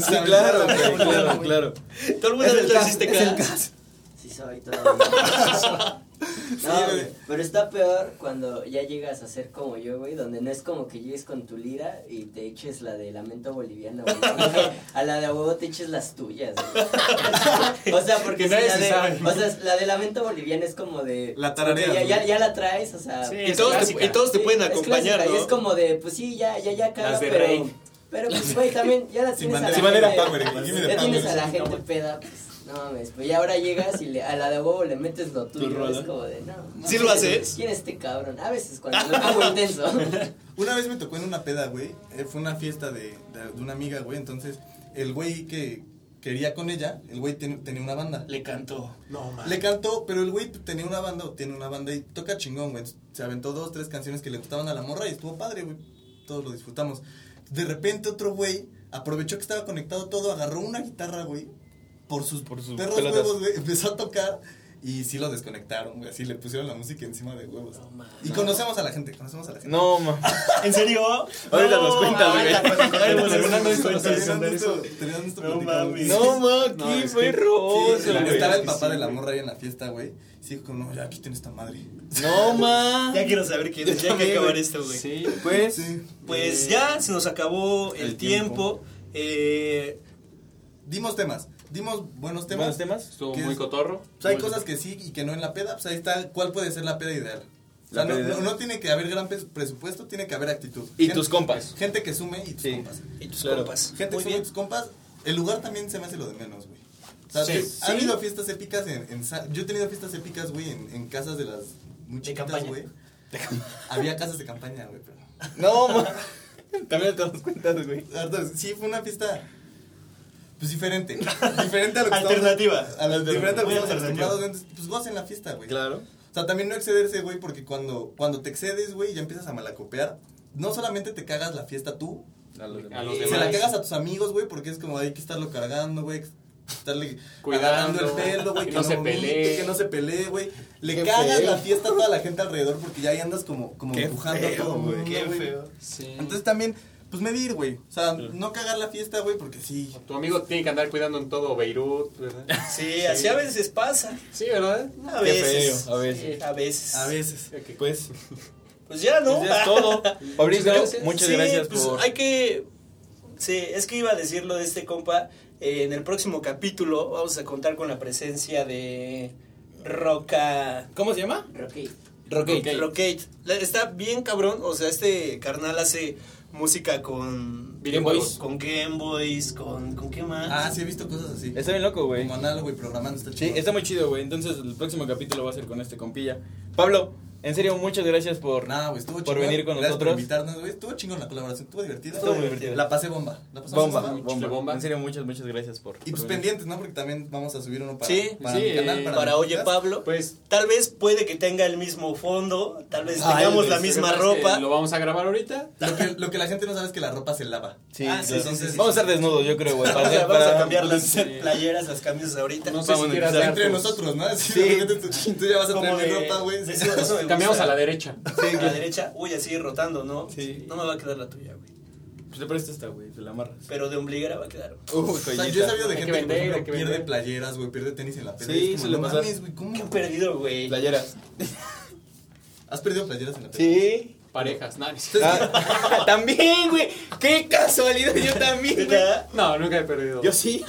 Sí, claro, güey, claro, claro. ¿Tú alguna vez lo hiciste caras? Sí soy todavía. No, güey, pero está peor cuando ya llegas a ser como yo, güey, donde no es como que llegues con tu lira y te eches la de lamento boliviano, güey. A la de a huevo te eches las tuyas, güey. O sea, porque Que sí, nadie la se de, sabe. o sea, la de lamento boliviano es como de... La tarareas, ok, ya, ya, güey. ya la traes, o sea... Sí, Y es todos, te, clásica. y todos te sí, pueden es acompañar, clásica, y ¿no? es como de, pues sí, ya, ya, ya, caga, Las de pero... Rey. Pero pues, güey, también ya las Sin tienes a bandera. la Sin bandera, gente- power, güey, give me the Ya tienes power. a la gente peda, pues, no mames, pues ya ahora llegas y le- a la de huevo le metes lo tuyo, es como de, no. no ¿Sí lo ¿quién- haces? ¿Quién es este cabrón? A veces cuando me pongo intenso. Una vez me tocó en una peda, güey. eh, Fue una fiesta de, de- de una amiga, güey. Entonces, el güey que quería con ella, el güey ten- tenía una banda. Le cantó. No, man. Le cantó, pero el güey tenía una banda o tiene una banda y toca chingón, güey. Se aventó dos, tres canciones que le gustaban a la morra y estuvo padre, güey. Todos lo disfrutamos. De repente otro güey aprovechó que estaba conectado todo, agarró una guitarra, güey, por sus, Por sus perros pelotas. huevos, güey, empezó a tocar Y sí lo desconectaron, güey. Así le pusieron la música encima de huevos. No mames. y conocemos a la gente, conocemos a la gente. No, ma. ¿En serio? Ahorita nos cuentas, ah, güey. ahorita, cuando acabemos, Terminando nos esto, cuentas. terminando esto, No no mames. mames. No, ma, No, qué es que- perroso, sí, la güey. estaba es el que papá sí, de la güey. morra ahí en la fiesta, güey. Sí, dijo, no, ya aquí tiene esta madre. No, ma. Ya quiero saber quién Yo es, ya hay que también, acabar güey. esto, güey. Sí. Pues, Sí. Pues ya se nos acabó el, El tiempo. tiempo. Eh, Dimos temas, dimos buenos temas. buenos temas. Estuvo ¿Qué muy es? cotorro. O sea, hay Muy- cosas que sí y que no en la peda. Pues ahí está, ¿cuál puede ser la peda ideal? O La sea, no, peda ideal. no- no tiene que haber gran pres- presupuesto, tiene que haber actitud. Y Gente- tus compas. Gente que sume y tus Sí. compas. y tus Claro. compas. Gente Muy que sume y bien. tus compas. El lugar también se me hace lo de menos, güey. O sea, Sí. te- Sí. ha habido fiestas épicas en, en sa- Yo he tenido fiestas épicas, güey, en, en casas de las muy chiquitas, campaña. güey. Había casas de campaña, güey, pero... No, ma. También te das cuenta, güey. Arturo, sí, fue una fiesta. Pues diferente. diferente a lo que estamos- Alternativa. A lo, diferente a lo Muy que estamos alternativa. acostumbrados. entonces, Pues gocen la fiesta, güey. Claro. O sea, también no excederse, güey, porque cuando, cuando te excedes, güey, ya empiezas a malacopear. No solamente te cagas la fiesta tú, A los A los demás. se la demás. cagas a tus amigos, güey, porque es como hay que estarlo cargando, güey. Estarle Cuidando. agarrando el pelo, güey. Que no se vomite, pelee. Que no se pelee, güey. Le Qué cagas feo. la fiesta a toda la gente alrededor porque ya ahí andas como, como empujando a todo el mundo, Qué güey. feo. Sí. Entonces también, pues medir, güey. O sea, no cagar la fiesta, güey, porque sí. Tu amigo tiene que andar cuidando en todo Beirut, ¿verdad? Sí, así a veces pasa. Sí, ¿verdad? A Qué veces. feo, a veces. A veces. A veces. Pues, Pues ya, ¿no? pues ya es todo. Fabricio, gracias. muchas Sí, gracias pues por. Hay que. Sí, es que iba a decirlo de este compa. eh, en el próximo capítulo vamos a contar con la presencia de Roca. ¿Cómo se llama? Rocky. Roque. Rockate. La- Está bien cabrón. O sea, este carnal hace música con. Game Boys. Con Game Boys, con. ¿Con qué más? Ah, sí, he visto cosas así. Está bien loco, güey. Como análogo y programando está Sí, chido. está muy chido, güey. Entonces, el próximo capítulo va a ser con este compilla. Pablo, en serio, muchas gracias por. Nada, güey, estuvo Por chingón. venir con Gracias nosotros. por invitarnos, güey. Estuvo chingón la colaboración, estuvo divertida. Estuvo muy divertido. La pasé bomba. La pasamos Bomba, Mucho bomba. bomba. En serio, muchas, muchas gracias por. Y pues por venir. pendientes, ¿no? Porque también vamos a subir uno para, Sí, para sí, mi canal. para, Para, mi Oye podcast. Pablo. Pues Tal vez puede que tenga el mismo fondo. Tal vez Ay, tengamos güey, la se misma este, lo que pasa es que ropa. Lo vamos a grabar ahorita. Lo que, lo que la gente no sabe es que la ropa se lava. Sí, Ah, sí, claro. sí, sí, sí. Vamos a estar desnudos, yo creo, güey. para Vamos a- hacer- vamos a para- cambiar las sí. playeras, las camisas ahorita. No sé si Vámonos, quieras ya dar pues, Entre tus- nosotros, ¿no? Así, Sí. de repente tú, tú ya vas a Como traer mi de- ropa, güey. Eso- eso me Cambiamos gusta. a la derecha. a la derecha. Uy, así rotando, ¿no? Sí. No me va a quedar la tuya, güey. Pues te presto esta, güey, te la amarras. Pero de ombliguera va a quedar. Uy, O sea, yo he sabido de Hay que gente que, por vender, ejemplo, hay que pierde vender. playeras, güey, pierde tenis en la Sí, peda. Y es como, suele no pasar. mames, güey, ¿cómo? Qué perdido, güey. Playeras. ¿Has perdido playeras en la peda? Sí. Parejas, nada. Ah, también, güey. Qué casualidad, yo también, güey. ¿Verdad? No, nunca he perdido. Yo sí.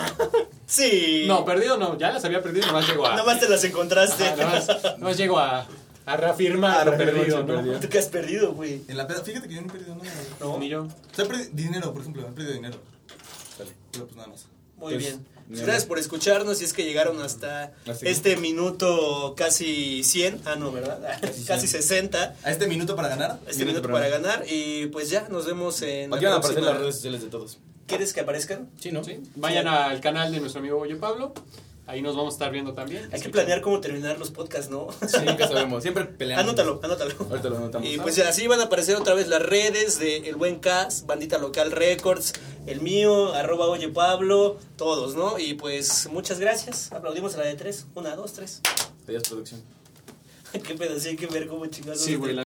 Sí. No, perdido no, ya las había perdido, nomás llego a. Nada más te las encontraste. Ajá, nomás, nomás llego a, a reafirmar lo perdido, ¿no? perdido. ¿Tú qué has perdido, güey? En la peda, fíjate que yo no he perdido nada, güey. No. Ni yo. O sea, he perdido dinero, por ejemplo, he perdido dinero. Dale. Pero pues nada más. Muy Pues, bien. ni Pues gracias por escucharnos. Si es que llegaron hasta Así. este minuto casi 100. Ah, no, ¿verdad? Casi, 60. A este minuto para ganar. Este Minuto minuto para para ganar. Y pues ya, nos vemos en. Aquí la van a aparecer próxima. las redes sociales de todos. ¿Quieres que aparezcan? Sí, ¿no? Sí, Vayan al canal de nuestro amigo Oye Pablo. Ahí nos vamos a estar viendo también. Hay que Escuchen. planear cómo terminar los podcasts, ¿no? Sí, nunca sabemos. Siempre peleamos. Anótalo, anótalo. pues. Ahorita lo anotamos. Y pues ya, así van a aparecer otra vez las redes de El Buen Cas, Bandita Local Records, el mío, arroba Oye Pablo, todos, ¿no? Y pues muchas gracias. Aplaudimos a la de tres. Una, dos, tres. Adiós, producción. Qué pedo, sí hay que ver cómo chingados. Sí, güey, la